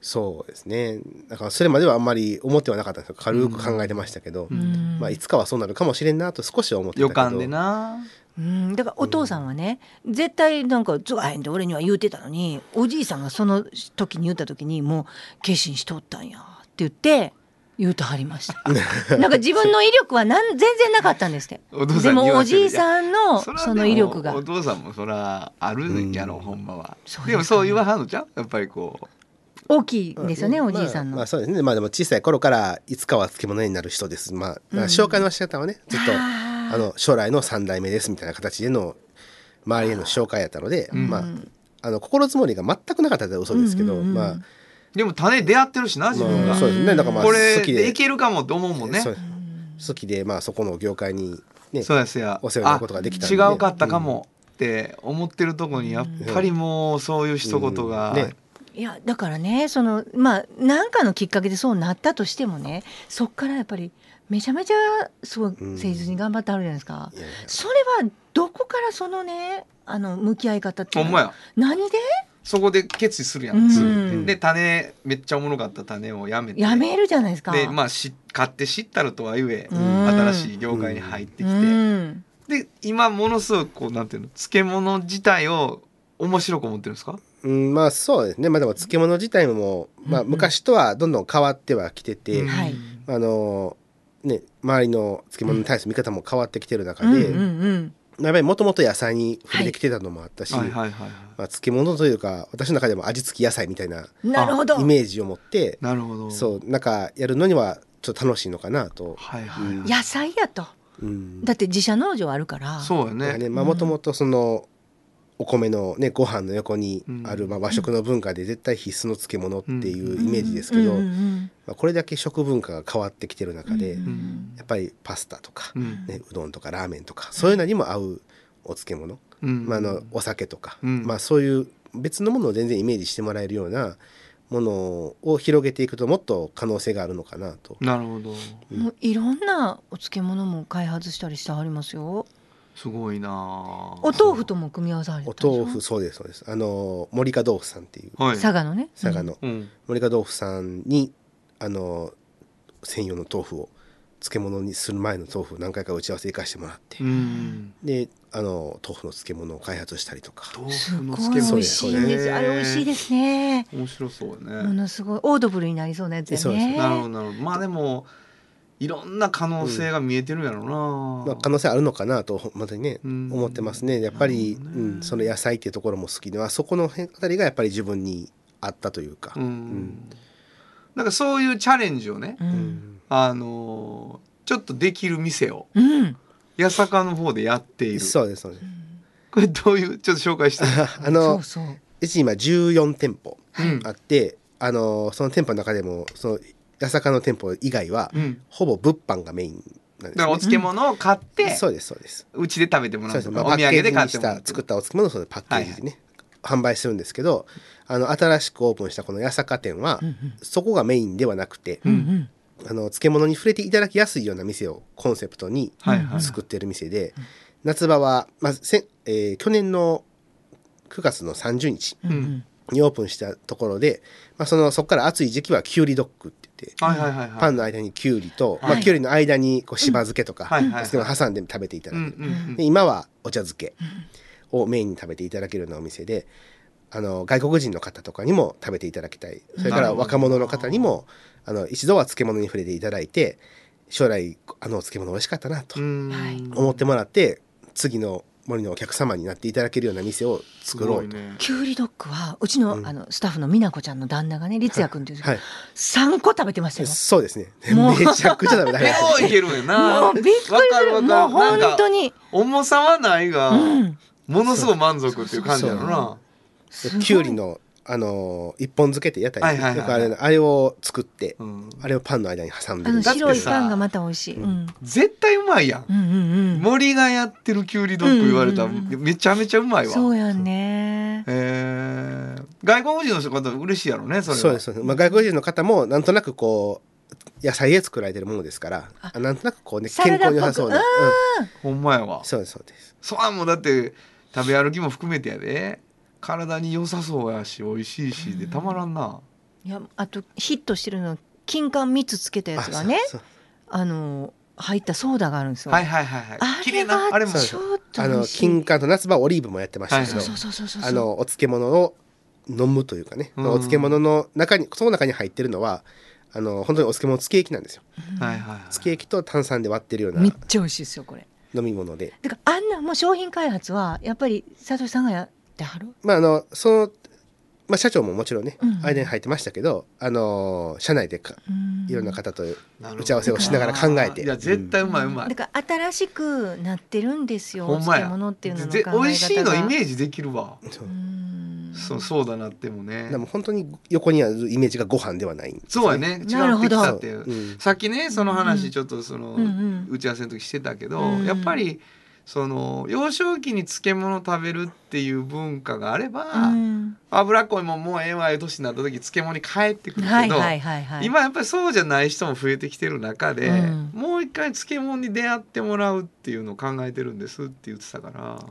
そうですね。だからそれまではあんまり思ってはなかったんですよ。軽く考えてましたけど、
うん
まあいつかはそうなるかもしれんなと少しは思ってたけど。
予感で。な
うん、だからお父さんはね、絶対なんか「ずわへん」って俺には言うてたのにおじいさんがその時に言った時にもう決心しとったんやって言って言うとはり ましたなんか自分の威力はなん全然なかったんですって
お父さ
で
んに
も
言わ
お
せる
じいさんの
そら
その威力が
でもお父さんもそらあるやろほんまは
そうですかね
でもそう言わはんのじゃんやっぱりこ
大きいですよね、おじいさん
まあ、
の。
まあそうですね。まあでも小さい頃からいつかは漬物になる人です。まあ、だから紹介の仕方はね、ずっと、
あー
あの将来の三代目ですみたいな形での周りへの紹介やったので、まあ、あの心積もりが全くなかったら嘘ですけど、
うんうんうん
まあ、
うでも種出会ってるしな自分
ま
が
あ、そうですね。だからまあ
これ
好き
で
で
い、けるかもと思うもんね
そう好きでまあそこの業界にね、
そうやそうや
お世話になることができたんで
あ違うかったかもって思ってるとこにやっぱりもうそういう一言が、
うんね
いやだからねそのまあ何かのきっかけでそうなったとしてもねそっからやっぱりめちゃめちゃすごい誠実に頑張ってあるじゃないですか、
いやいや
それはどこからそのねあの向き合い方ってい
ほ
うんの
まや
何で
そこで決意するや
うんん
つ、で種めっちゃおもろかった種をやめて
やめるじゃないですか。
でまあし買って知ったるとはいえ、
うん
新しい業界に入ってきて、
うん
で今ものすごくこうなんていうの漬物自体を面白く思ってるんですか
うん、まあそうですね。まあでも漬物自体も、まあ昔とはどんどん変わってはきてて、
うん
はい
あのね、周りの漬物に対する見方も変わってきてる中
うん
で、
うんうん
やっぱりもともと野菜に触れてきてたのもあったし、
はいはいはいはい
まあ、漬物というか私の中でも味付き野菜みたいな
なるほど
イメージを持って
なるほど
そうなんかやるのにはちょっと楽しいのかなと。
はいはい、はい、
野菜やと
うん
だって自社農場あるから
そうよ
だから
ね
ねまあもともとそのお米のねご飯の横にあ
う
る
ん
まあ和食の文化で絶対必須の漬物っていうイメージですけ
う
ど、
んうん
まあ、これだけ食文化が変わってきてる中で、
うん
やっぱりパスタとか、
うん
ね、うどんとかラーメンとかそういうのにも合うお漬物、
うん
まあ、あのお酒とか、
うん
まあ、そういう別のものを全然イメージしてもらえるようなものを広げていくともっと可能性があるのかなと。
なるほど
うんもういろんなお漬物も開発したりしてはりますよ
すごいなあ
お豆腐とも組み合わされて
お
たでしょ
豆腐そうですそうですあの森家豆腐さんっていう
はい
佐賀のね
佐賀の
うん
森家豆腐さんにあの専用の豆腐を漬物にする前の豆腐を何回か打ち合わせ行かしてもらって、
うん
であの豆腐の漬物を開発したりとか
豆
す
腐の
ごい
漬
美
物
味しいんですよ。あれ美味しいですね。
面白そうよね
ものすごいオードブルになりそうなやつ
そ
よ
うです
ね。
なるほどなるほどまあでもいろんな可能性が見えてるんやろうな、
まあ、可能性あるのかなとまたね、
うん
思ってますねやっぱ
な
り、
るほ
う
どね
ん、その野菜っていうところも好きであそこの辺あたりがやっぱり自分にあったというか、
うん、なんかそういうチャレンジをね、
うん。
あのーちょっとできる店を
うん。
八坂の方でやっている
そうですそうです、
これどういうちょっと紹介 して、
あ
そ
の
うそう。
うち今14店舗
うん
あって、あのその店舗の中でもその八坂の店舗以外は、
うん、
ほぼ物販がメインなんです
だからお漬物を買って
そうですそうです。
うちで食べても
そう
ら
で
う
す
と
ま
か
あ
お土産で
パ
買
ッ
って
ケージにし
もら
た
うと
作っ
か
たお漬物をそのパッケージでね、販売するんですけど、あの新しくオープンしたこの八坂店は、そこがメインではなくて、
うん
あの漬物に触れていただきやすいような店をコンセプトに
はいはい
作ってる店で、夏場はまあせんえー去年の9月の30日
うん。うん
にオープンしたところで、まあそのそこから暑い時期はキュウリドッグって言って。
はいはいはいはい
パンの間にきゅうりと、
は
まあ、
い
きゅうりの間にこうしば漬けとか、
はいはいはい
そういうのを挟んで食べていただ
う
く、
んうん
で今はお茶漬けをメインに食べていただけるようなお店であの外国人の方とかにも食べていただきたいそれ
な
か
る
ら
ほど
若者の方にもあの一度は漬物に触れていただいて将来あのお漬物美味しかったなと
うんうん
はい
思ってもらって次の森のお客様になっていただけるような店を作ろうと。
ね
キュウリドッグはうちの,、
うん
あのスタッフの美奈子ちゃんの旦那がね律也君っていうんですけ
はい、
ど、3個食べてましたよ。
そうですね。
もう
めちゃくちゃ食べた
結構いけるんや
も
な
うびっくりす
わかる
る
わかる
もう本当に、
重さはないが、
うん、
ものすごい満足っていう感じやろ
そう
な
そすごい
きゅうりのあのー一本漬けって屋台
はいはいはい
よくあれあれを作って、
うん
あれをパンの間に挟んで
あ
るん
の
で
け
すけ
ど
ど
白いパンがまた美味しい。うん、うん
絶対うまいやん、
うん
森がやってるきゅうりドッグ言われたら
うんうんうん
めちゃめちゃうま
う
い
ん。
わ、
そうやんね。
えー、外国人の人方嬉しいやろねそれは
そうですそうです、まあ、外国人の方もなんとなくこう野菜で作られてるものですからあなんとなくこうね
サラ
健
ダっ
康
ぽく
に良さそうな、
うん
ほんまやわ
うんそうですそうです
そらもうだって食べ歩きも含めてやで体に良さそうやし美味しいしでたまらんな、
いやあとヒットしてるの金柑3つつけたやつがね
あそうそう
あの入ったソーダがあるんですよ。
はいはいはいはい
あ
綺麗
れ
なあれも
はちょっと
あ
美
の
味しい
金柑と夏場はオリーブもやってましたけど、
そうそうそうそうそう
あのお漬物を飲むというかね、
うん
お漬物の中にその中に入ってるのはあの本当にお漬物つけ液なんですよ
はいはいはい
つけ液と炭酸で割ってるような
めっちゃ美味しいですよこれ。
飲み物で
だからあんなもう商品開発はやっぱり佐藤さんがやってはる。
まああのその、まあ、社長ももちろんね、
うん
間に入ってましたけどあの社内でかいろんな方と
なるほど
打ち合わせをしながら考えて
いや絶対うまいうまい、
だから新しくなってるんですよ。
ほんまや
お漬物っていうのの考え
ぜ
方が。
美味しいのイメージできるわ
そううん
そうそうだなってもね
でも本当に横にあるイメージがご飯ではないんです
そうやね違
な
って
るほ
き
ど
た
そ
っ
う
ていう
うん
さっきねその
う
話
ん
ちょっとその、
うんうん
打ち合わせの時してたけど、
うん
やっぱりその幼少期に漬物食べるっていう文化があれば、
うん
脂っこいもんもうええわいう年になった時漬物に帰ってくるけど、
はいはいはいはい。
今やっぱりそうじゃない人も増えてきてる中で、
うん
もう一回漬物に出会ってもらうっていうのを考えてるんですって言ってたから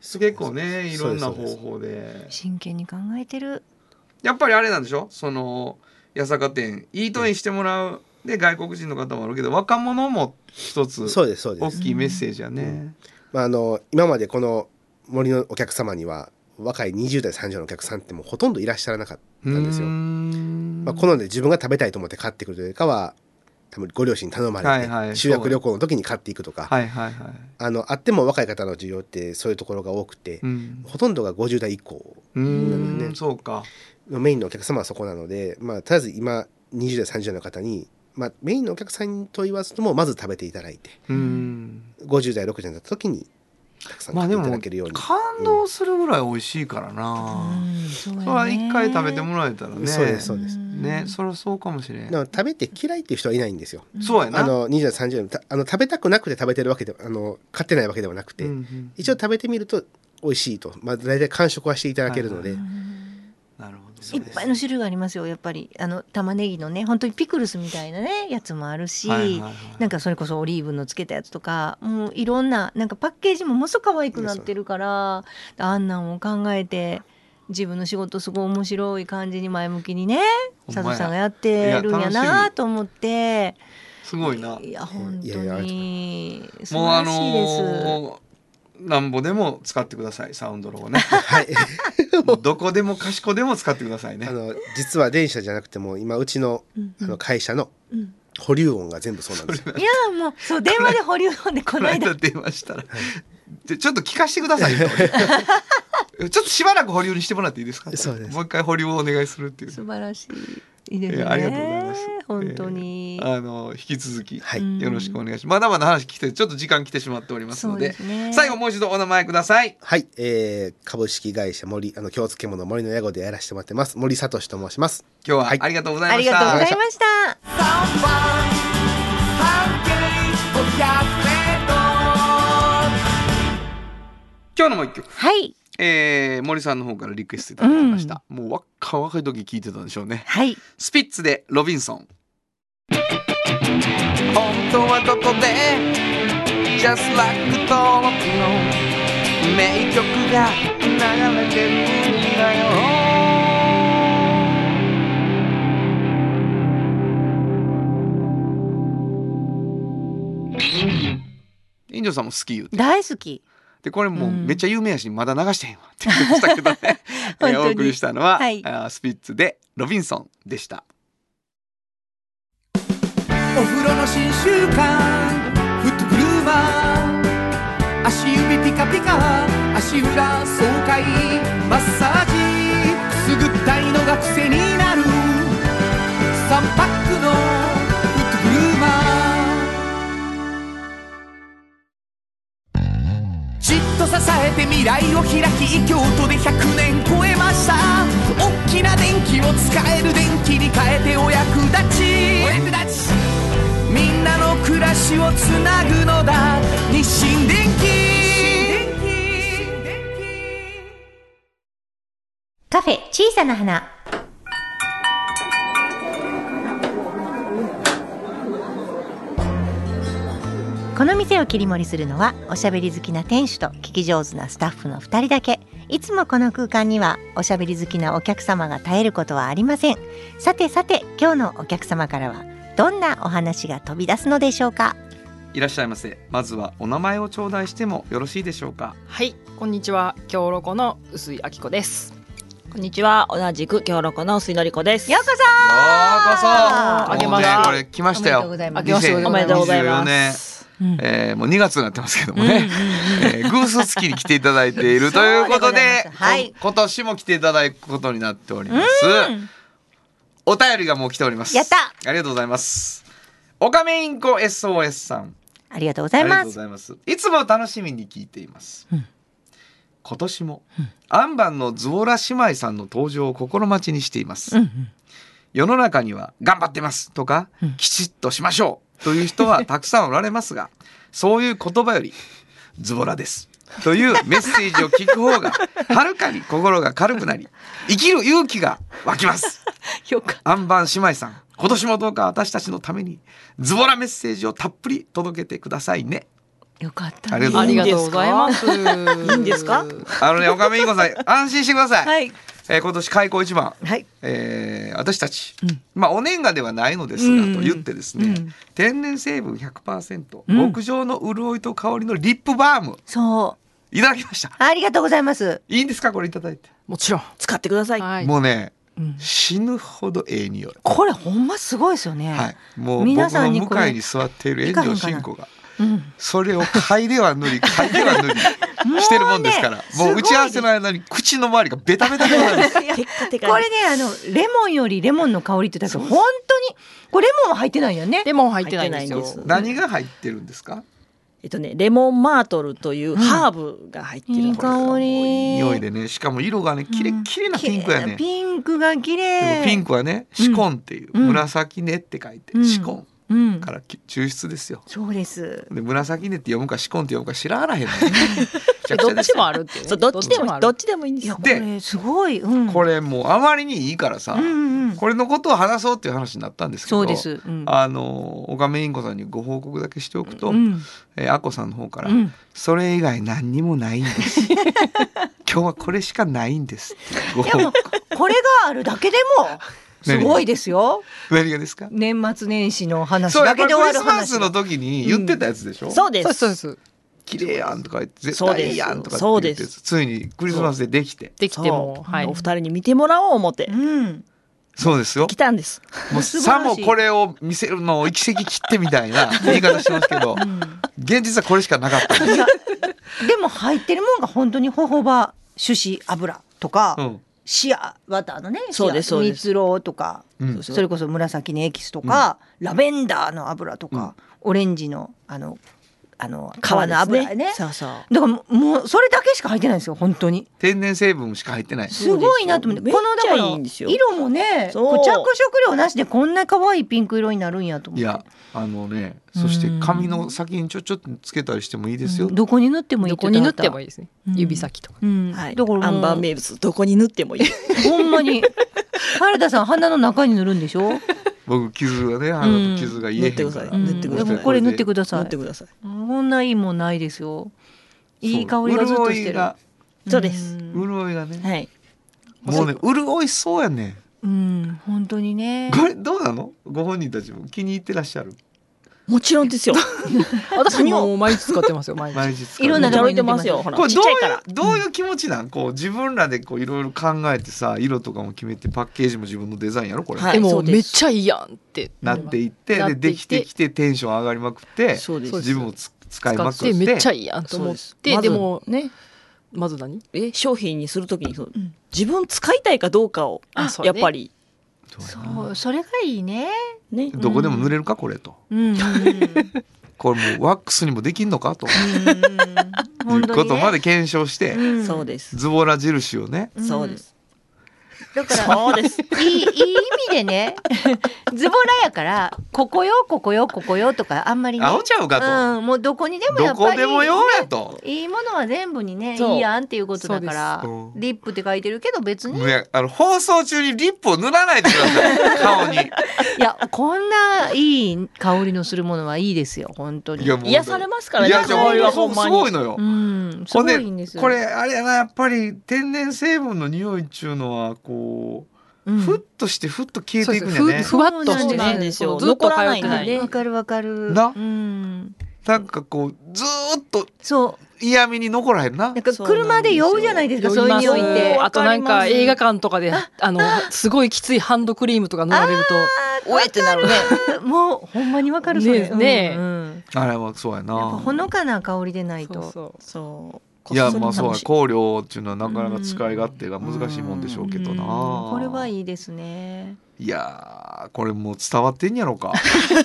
結構ねいろんな
そうで
方
すそうで
法で
真剣に考えてる。
やっぱりあれなんでしょその八坂店イートインしてもらう、で外国人の方もあるけど若者も一つ
すそうですそうで
大
す、
きいメッセージやね。
まあ、あの今までこの森のお客様には若い20代30代のお客さんってもうほとんどいらっしゃらなかったんですよ、
うーん
まあ、好んで自分が食べたいと思って買ってくるというよりかは多分ご両親に頼まれて、
はいはい
修学旅行の時に買っていくとか、
はいはいはい。
あのあっても若い方の需要ってそういうところが多くて、
うん。
ほとんどが50代以降
うーん、
なんでね
そうか。
のメインのお客様はそこなので、まあ、とりあえず今20代30代の方に、まあ、メインのお客さんと言わずともまず食べていただいて
うーん。
50代60代になった時にたくさん
ま
買
あ
って
で
い
も
ただけるように、
感動するぐらい美味しいからな。
うんそうやね
それは一回食べてもらえたらね。
そうですそうです、
ね、それはそうかもしれん
で。も食べて嫌いっていう人はいないんですよ
そうやな。
あの20代30代のたあの食べたくなくて食べてるわけではあの買ってないわけではなくて、
うんうん
一応食べてみると美味しいと、まあ、大体完食はしていただけるので、
なるほど。
いっぱいの種類がありますよやっぱりあの玉ねぎのね本当にピクルスみたいなねやつもあるし、
はいはいはい
なんかそれこそオリーブのつけたやつとかもういろんななんかパッケージもものすごく可愛くなってるからあんなんを考えて自分の仕事すごい面白い感じに前向きにね
ほんまや
佐藤さんがやってるんや
いや楽し
な
み
と思って
すごいな。
いや本
いやいやあ
当に素
もうあ
晴らしいです。
のー、なんぼでも使ってください。サウンドロゴね。
はい
もうどこでもかしこでも使ってくださいね
あ。の実は電車じゃなくても今うちの
うん
あの会社の
うん
保留音が全部そうなんですよ。
いやもうそう電話で保留音で
こ
この
の
間
間電話したら、でちょっと聞かせてくださいよちょっとし ばらく保留にしてもらっていいですか
そうです
もう一回保留をお願いするっていう
素晴らしいですね、
いやありがとうございます
本当に、
あの引き続き、
はい
うん
よろしくお願いしますまだまだ話聞きたいちょっと時間来てしまっておりますので
そうですね
最後もう一度お名前ください
はい、えー、株式会社森あの京漬物森の屋号でやらせてもらってます森聡と申します。
今日ははいありがとうござ
あ
いま
り
した、
がとうございました。
今日のもう一曲
はい。
えー、森さんの方からリクエストいただきました、もう若若い時聞いてたんでしょうね
はい。
スピッツでロビンソン本当はどこで Just like 登録の名曲が流れてるんだよインジョさんも好き言うて
大好き。
でこれもう
うん
めっちゃ有名やしまだ流してへんわって言ってましたけどね、え
本当
ー
に
お送りしたのは、
はい
あースピッツでロビンソンでした
お風呂の新習慣フットグルーマー足指ピカピカ足裏爽快マッサージくすぐったいのが癖になる3パックのフットグルーマーじっと支えて未来を開き京都で100年超えました大きな電気を使える電気に変えてお役立ちお役立ちみんなの暮らしをつなぐのだ日清電気
カフェ小さな花。
この店を切り盛りするのはおしゃべり好きな店主と聞き上手なスタッフの2人だけいつもこの空間にはおしゃべり好きなお客様が絶えることはありませんさてさて今日のお客様からはどんなお話が飛び出すのでしょうか
いらっしゃいませまずはお名前を頂戴してもよろしいでしょうか
はい、こんにちは、京ロコの薄井明子です。
こんにちは。同じく京六の薄井のりこです。
ようこ
ようこそ
あ
もう
げます
ねこれ来ましたよ
ざい
明けましておめでとうございます。
えーもう2月になってますけどもね、えー、偶数月に来ていただいているということで
そうでございますはい
こ今年も来ていただくことになっておりますお便りがもう来ております
やった
ありがとうございますオカメインコ SOS さん
ありがとうござい
ありがと
ま
うご
す
ざいます。いつも楽しみに聞いています。今年も、アンバンのズボラ姉妹さんの登場を心待ちにしています。世の中には頑張ってますとか、きちっとしましょうという人はたくさんおられますが、そういう言葉よりズボラです。というメッセージを聞く 方がはるかに心が軽くなり生きる勇気が湧きます
よかっ
アンバン姉妹さん今年もどうか私たちのためにズボラメッセージをたっぷり届けてくださいね
よかった
ありがとうございます
ありがとうございます。い
いんですか
あのね、岡部いい子さん、安心してください。
はい
えー今年開校一番、
はい
えー私たち、まあお年賀ではないのですが、と言ってですね、天然成分100%、極上の潤いと香りのリップバーム
そう
いただきました。
ありがとうございます
いいんですかこれいただいて。
もちろん。
使ってください。
はい。
もうね、死ぬほどええ匂い。
これほんますごいですよね
はい、もう僕
皆さんに
の向
これ
かいに座っている炎上真子が。
うん
それを嗅いでは塗り嗅いでは塗りしてるもんですから
もう
も
ね
う打ち合わせの間に口の周りがベタベタになるんです
いや
テカテカ
これねあのレモンよりレモンの香りってだけど本当にこれレモンは入ってないよね
レモン入ってないんですよ。
入ってないんで
何が入ってるんですか
えっとね、レモンマートルというハーブが入ってるん
いい
ですよ。
香り
匂いでねしかも色がねきれいきれいなピンクやねで
ピンクが綺麗
もピンクはね「シコン」っていう「
うん
紫ね」って書いて「
うん
シコ
うん
ン」からき抽出ですよ
そうです
で紫ねって読むか「シコン」って読むか知らあらへんのね めちゃくち
ど
ゃ
っ
です
ちも
よ
あるっていうね。
そう、どっちでもいい、どっちでもいいんで
い
す
や
よ。
こ
で
れすごい、うん、
これもうあまりにいいからさ
うんうん
これのことを話そうっていう話になったんですけど
そうです、うん、
あの岡メイン子さんにご報告だけしておくと、
うん
えー、あこさんの方から、
うん
それ以外何にもないんです 今日はこれしかないんですってご
いや
報
もう
告
これがあるだけで もす
何
ごいですよ
何がですか
年末年始の話
そうや
だ
っぱり
けで
ク
終
リ
わる
スマ
話
スの時に言ってたやつでしょ、
そうで。
そうですすそうです。
綺麗やんとか言って絶
そう
対
で
いい
す
やんとかって言
そ
っ
う
て
で
や
す
つついにクリスマスでできて
できても
そう
はい
お二。人に見てもらおう思って
うん
そうですよ
来たんです。
もう
素晴
さ
らしい
もこれを見せるのを一石切ってみたい な言い方してますけど、現実はこれしかなかったんです、
でも入ってるもんが本当にほほば種子油とか、
うん
シアバターのね
そうです
シア
そうです
蜜ろとか、
うん
それこそ紫のエキスとか、ラベンダーの油とか、オレンジのあのあの皮の油ね
そうそう。
だからもうもうそれだけしか入ってないんですよ本当に
天然成分しか入ってない
すごいなと思って
そうですよ
このだから
めっちゃいいんですよ
色もね
そ
こ
う
れ着色料なしでこんな可愛いピンク色になるんやと思っ
い
て
やあのねそして髪の先にちょちょっとつけたりしてもいいですよ、
どこに塗ってもいい
ど
って
こに塗って
言
も
っ
いいですね
う。ん
指先とか。
たうん
はい。
だから
アンバー
もう
名物、どこに塗ってもいい。
ほんまに原田さん鼻の中に塗るんでし ょ
僕傷がねあの
うん
傷が言え
塗
へ
って
ん
くだ
か
さ
ら
い。塗ってく
で
ださ
も
い。
これ塗ってくださ
塗って
い
ください。
こんないいもんないですよいい香りがずっとしてる
そうです。
潤いがね
はい。
もうね潤いそうやね
うん本当にね
これどうなのご本人たちも気に入ってらっしゃる
もちろんですよ。
私
何を
もう毎日使ってますよ毎
毎
日。
日使う
いろんな
めっち
とこに塗って
ゃ置いて
ま
ますすよ。ほら、
これ
ち
どう
っちゃいから。
いうどういう気持ちなんこう自分らでこういろいろ考えてさ色とかも決めてパッケージも自分のデザインやろこれ、
はい
でも
そうです
めっちゃいいやんって
なっていって
な
で
って
で
いって
きてきてテンション上がりまくって
そうです
自分もつ使いまくって
でめっちゃいいやんと思っ
そう
て
ですまず
でも
ね
まず何
え商品にするときにその
うん
自分使いたいかどうかを
あそう
や
ね
っぱり
そうそれがいいね。
ね
どこでも塗れるかこれと
うん。
これもうワックスにもできんのかとい
本
う
当
こ
に
とま
ね。
で検証して
うん
そうです
ズボラ印をね
うん
そうです
だから
そう です
いいいい意味でね ズボラやからここよここよここよとかあんまりね。
青ちゃうか
うんもうどこにで
と
も
ど
やっ
こ
ぱり
でもようやと
いいものは全部にね
そう
いいやんっていうことだから
そうです
リップって書いてるけど別に
ねあの放送中にリップを塗らないでください顔に
いやこんないい香りのするものはいいですよ本当に。
も
癒されますから
い
ね
やじゃあ
香りはほん
す
ま
ごい
に
のよ
うんす
ほん
ご
で
いんですよ。
これあれやなやっぱり天然成分の匂いっちゅうのはこ
う
う、
ん
ふっとしてふっと消え
そう
て
で
い
す
くん
ね
やね
ふふわっとして
そうなん
ね
ですよ
ずっと通って
残らな
ないい
んでね
わかるわかる。
な
うん。
なんかこうずーっと
そ
嫌味に残らへんな
う。なんか車で酔うじゃないですか、
そ
そううい
な
うん
ですよ
匂いっ
酔い
て
ます。
あとなん
わか
か
ります
映画館とかであのすごいきついハンドクリームとか塗られると
おえってなるね
もうほんまにわかるそれ。
ねね
うんうん
あれはそうやな
やっぱほのかな香りでない
そう
と。
そう
そう
い
い
やまあそうや香料っていうのはなかなか使い勝手が難しいもんでしょうけどな
うんこれはいいいですね。
やーこれもう伝わってんやろか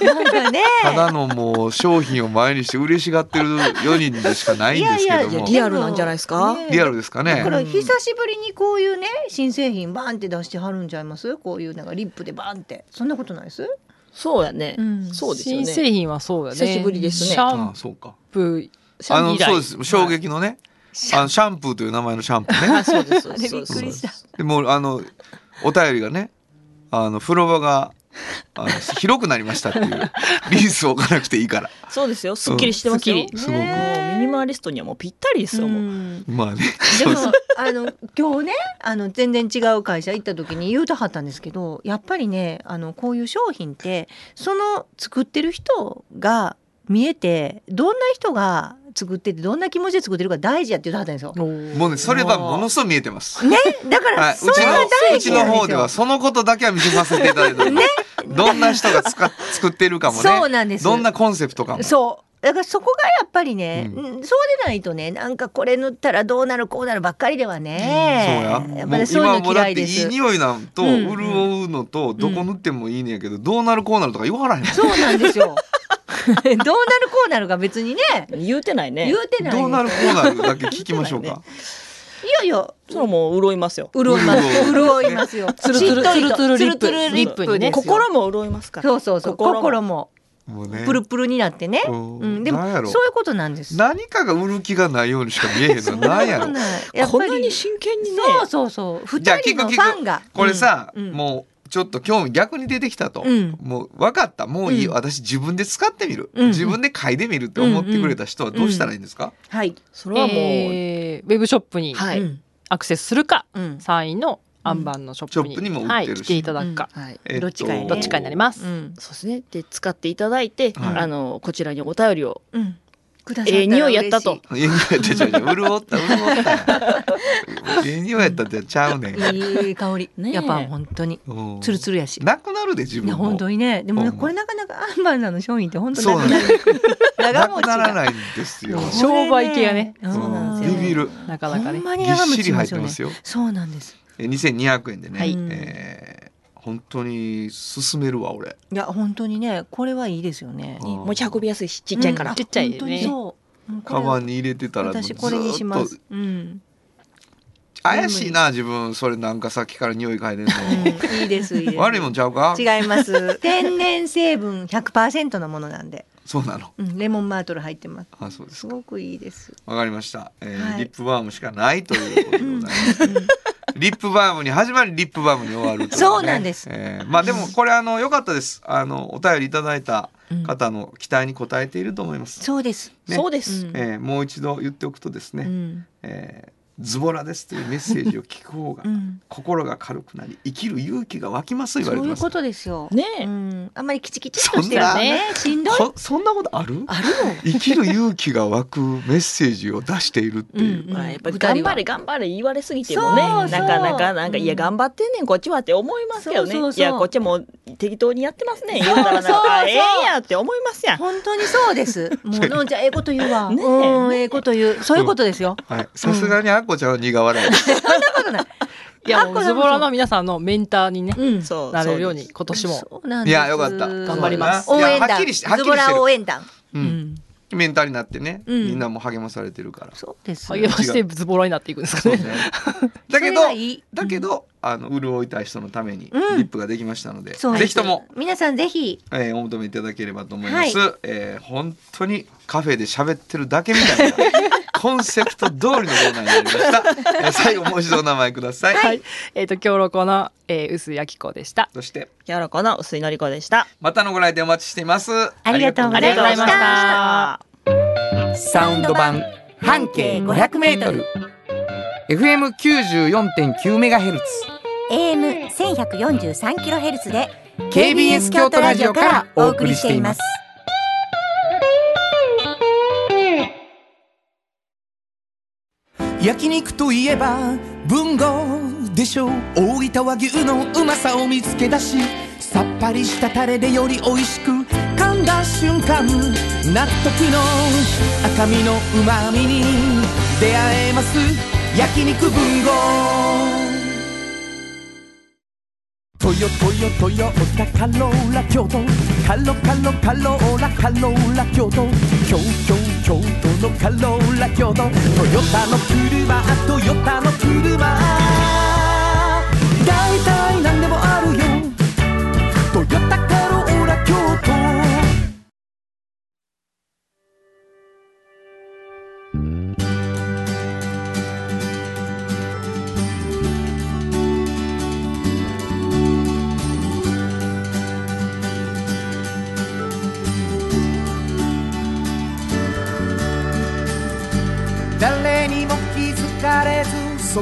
なんかね。
ただのもう商品を前にして嬉しがってる4人でしかないんですけども
いやいやいや
リアルなんじゃないですか
ね
リアルですか
だか
ね
ら久しぶりにこういうね新製品バンって出してはるんちゃいます？こういうなんかリップでバンってそんなことないです？
そうやね
うん
そうですよ
新
ね
製品はそうだね
久しぶりですね
シャ
あ
ン
そうか
プー
あの
以来
そうです衝撃のねあのシャンプーという名前のシャンプーね
あそうですそ
あ
うです
れびっくりした
そうです
でもうあのお便りがねあの風呂場があの広くなりましたってい うリースを置かなくていいから
そうですよすっきりしてますよ
すっき
すごく
もうミニマリストにはもうぴったりですよ、
う
もうん
まあね
で
そ
も
うそう
あの今日ねあの全然違う会社行った時に言うとはったんですけどやっぱりねあのこういう商品ってその作ってる人が見えてどんな人が作っててどんな気持ちで作ってるか大事やって言うとはったんですよ。
もうねそれはものすごい見えてます。
ねだか
は
ら
い、う
それは
ちのう
大
ち
事な
の
んですよ。
方ではそのことだけは見せさせていただいて、ね、どんな人が使っ作ってるかもね
そうなんです
どんなコンセプトかも
そうだからそこがやっぱりね、
うん
うんそうでないとねなんかこれ塗ったらどうなるこうなるばっかりではね、
そう
や
や
っ
も
ぱ
う
りそうい
今
うの
もだ
嫌
って
いで
いい
す。
匂いなんと
うんうん
潤うのとどこ塗ってもいいねんやけどどうなるこうなるとか言わはらへん
そうなんですよ どうなるこうなるか別にね
言うてないね
言うてない
どうなるこうなるだけ聞きましょう
言
か
いやいや
それはもう潤いますよ
潤います
潤う
潤いま すよ
つるつる
しっとりと
つるつるリップ
つるつるリップにね
心も潤いますから
そうそうそう
心も
心も
もうね
プルプルになってね
うん
うんでも
なんやろ
そういうことなんです
何かが売る気がないようにしか見えへんのなんや
そ
ろ
んなやっ
こ
ぱ
んなに
り
真剣にね
そうそうそう
じゃあ
二
聞
人
く
の
聞
フ
く
ァンが
これさ、
うん
もうちょっと興味逆に出てきたと、
うん
もう分かったもういい、
うん
私自分で使ってみる、
うん
自分で嗅いでみるって思ってくれた人はどうしたらいいんですか、
はい
それはもう、
えーウェブショップに
は
う
い、
ん
アクセスするか
うん
3位のアンバンのショップに,、
ショップにも売ってるし
はい、来ていただくか、
はい
えと
どっちかやね
どっちかになります、
うん
そうですねで使っていただいて、
はい
あのこちらにお便りを
うんくださったら嬉しい
ええ匂いやったと
いやいやちゃうちゃうちゃう潤った潤ったええ匂いやったってちゃうねん、
いい香り
ねえ
やっぱ本当に
うん
ツルツルやし
なくなるで自
い
分
や
も
本当にねでもね
ほんま
これなかなかアンバーナーの商品って本当
そうな
なんく
で
な
す
る
な
長持
く
ち
な
が
らないんですよ
いや商売系がね
これそうなんです
ビ
よ
ビる
なかなか
ほ
ね
んまに
ぎっ
長持
し
ち
り
しま
入っ
す
て
よね
ますよ
そうなんです
え2200円でね、
はい
えー本当に勧めるわ俺
いや本当にねこれはいいですよね
うん
持ち運びやすいしちっちゃいから、
うん
ちっちゃいね
本当にそううんこ
カ
れ
バンに入れてたらもうず
私これにしま
ーっと
す うん
怪しいな自分それなんかさっきから匂い嗅いでんの
うんいいですいいです
悪いもんちゃうか
違い ます天然成分100%のものなんで
そうなの
うんレモンマートル入ってます
あそうですす
ごくいいです
わかりました、えー
はい
リップバームしかないということでございます、 リップバームに始まりリップバームに終わるといね
そうなんです
えーまあでもこれあの良かったですあのお便りいただいた方の期待に応えていると思います、
そうです
ね
そうです、
うん
えーもう一度言っておくとですね、
うん
えーズボラですというメッセージを聞く方が
うん
心が軽くなり生きる勇気が湧きますと言わ
そ
れ
う
て
い
ま
う
す
ことですよ。
ねえ
うん、あんまりキチキチとして
そ
は
んな
ね、しんどい。
こそんなことある
あるの。
生きる勇気が湧くメッセージを出しているっていう、
うん
まあ、やっぱり
二人は
頑張れ頑張れ言われすぎてもね
そうそう
なかなかなんか、
うん
いや頑張ってんねんこっちはって思いますけどね
そうそうそう
いやこっちも適当にやってますね言うたらなん
そう
か
そうそう
あええやって思いますやん
本当にそ うです。もうのんちゃんええこと言うわ。
ねえ
うん、ええこと言う。そういうことですよ。
はい、さすがにあっこちゃんは苦笑いです、
そんなことない。
いやも
あこ
う
れもそう
ズボラの皆さんのメンターにね
うん。
そう
なれるよう
そ
に
です
今年も
そうなん
い
です
やよかった
頑張ります
そう
応
だない
援
やはっ
団
きりしてはっき
ズ
りしてる
ボラ応援団。
う
うんん
メンターになってね、
うん
みんなも励まされてるから
そうです。
励ましてズボラになっていくんですか
そう
ね
ね だけど
それがいい
だけど、あの潤いたい人のためにリ
うん
ップができましたので、
そう
ぜ
です
ひとも、
皆さんぜひ
えーお求めいただければと思います、えー本当にカフェで喋ってるだけみたいなコンセプト通りのコーナーになりました、えー最後もう一度お名前ください、
はい、 えっ、と今日のこの、えー、薄井明子でした
そして
やろこの薄いのりこでした
またのご来店お待ちしています
ありがとうございました
ありがとうござい
あり
まし
がとうございました
た
サウンド版半径 500m FM94.9MHz
AM 1143キロヘルツで
KBS 京都ラジオからお送りしています焼肉といえば文豪でしょう大分和牛のうまさを見つけ出しさっぱりしたタレでより美味しく噛んだ瞬間納得の赤身のうまみに出会えます焼肉文豪トヨトヨトヨタカローラ京都カロカロカローラカローラ京都京京京都のカローラ京都トヨタの車トヨタの車だいたいなんでもあるよトヨタカローラ京都誰にも気づかれずそ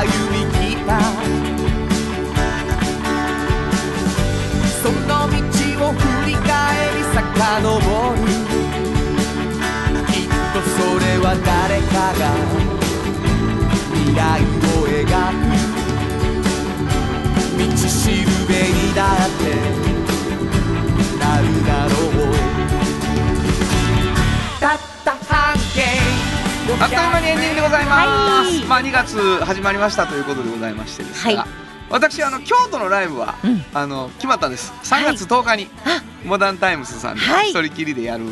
歩み来たその道を振り返り遡るきっとそれは誰かが未来を描く道しるべにだってなるだろうたった半径
あっという間にエンディングでございます、まあ2月始まりましたということでございましてですが、
はい
私あの京都のライブは、あの決まったんです3月10日に、モダンタイムズさんで
はい
一人きりでやる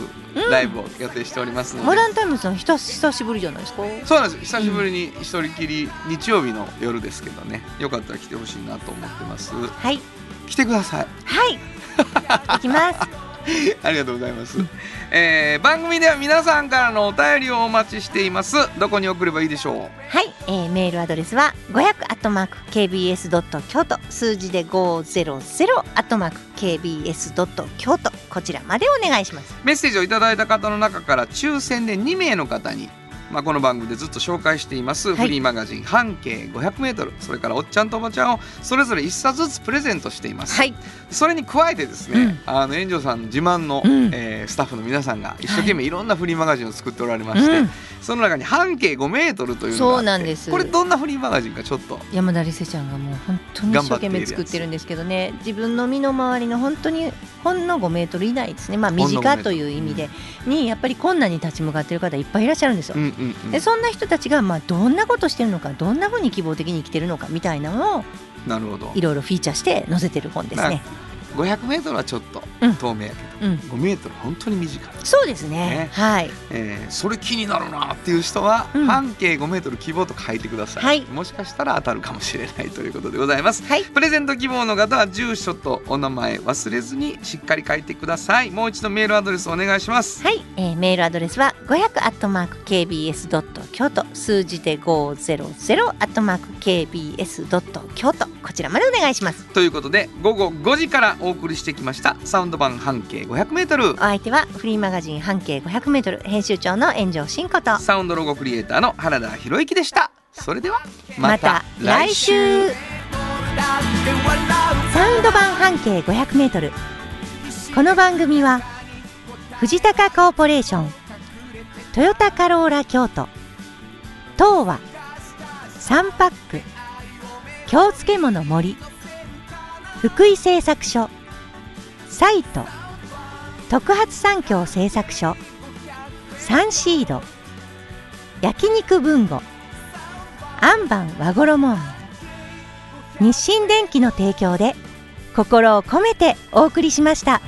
ライブを予定しておりますので、
モダンタイムズさんひた久しぶりじゃないですか。は
そうなんです久しぶりに一人きり日曜日の夜ですけどねよかったら来てほしいなと思ってます
い
来てください
はい。行 きます。
ありがとうございます、えー番組では皆さんからのお便りをお待ちしていますどこに送ればいいでしょう
はい、えー、メールアドレスは500アットマーク KBS ドット京都数字で500アットマーク KBS ドット京都こちらまでお願いします
メッセージをいただいた方の中から抽選で2名の方に、まあ、この番組でずっと紹介しています、
はい
フリーマガジン半径 500m それからおっちゃんとおばちゃんをそれぞれ1冊ずつプレゼントしています、
はい。
それに加えてですね、あの炎上さん自慢の、
うん
えースタッフの皆さんが一生懸命いろんなフリーマガジンを作っておられまして、
うん
その中に半径 5m というのがあって
そうなんです
これどんなフリーマガジンかちょっと
山田理瀬ちゃんがもう本当に一生懸命作ってるんですけどね自分の身の回りの本当にほんの5メートル以内ですねまあ身
ほんの5
近
メート
と
ル
いう意味でにやっぱり困難に立ち向かってる方いっぱいいらっしゃるんですよ
うん。うんうん
でそんな人たちがまあどんなことしてるのかどんなふうに希望的に生きてるのかみたいなのを
なるほど
いろいろフィーチャーして載せてる本ですね。
500m はちょっと
うん
透明やけど、
うん
5m 本当に短い、
そうですね
ね
はい
えーそれ気になるなっていう人は、
うん
半径 5m 希望と書いてください、
はい
もしかしたら当たるかもしれないということでございます、
はい
プレゼント希望の方は住所とお名前忘れずにしっかり書いてくださいもう一度メールアドレスお願いします
はい、えーメールアドレスは500アットマーク kbs ドット京都数字で500アットマーク kbs ドット京都こちらまでお願いします。
ということで午後5時からお送りしてきましたサウンド版半径 500m
お相手はフリーマガジン半径500メートル編集長の炎上真子と
サウンドロゴクリエイターの原田博之でしたそれでは
また来週サウンド版半径500メートルこの番組は藤高コーポレーショントヨタカローラ京都東和サンパック京漬物森福井製作所サイト特発産業製作所サンシード焼肉文吾アンバン和衣庵日清電機の提供で心を込めてお送りしました。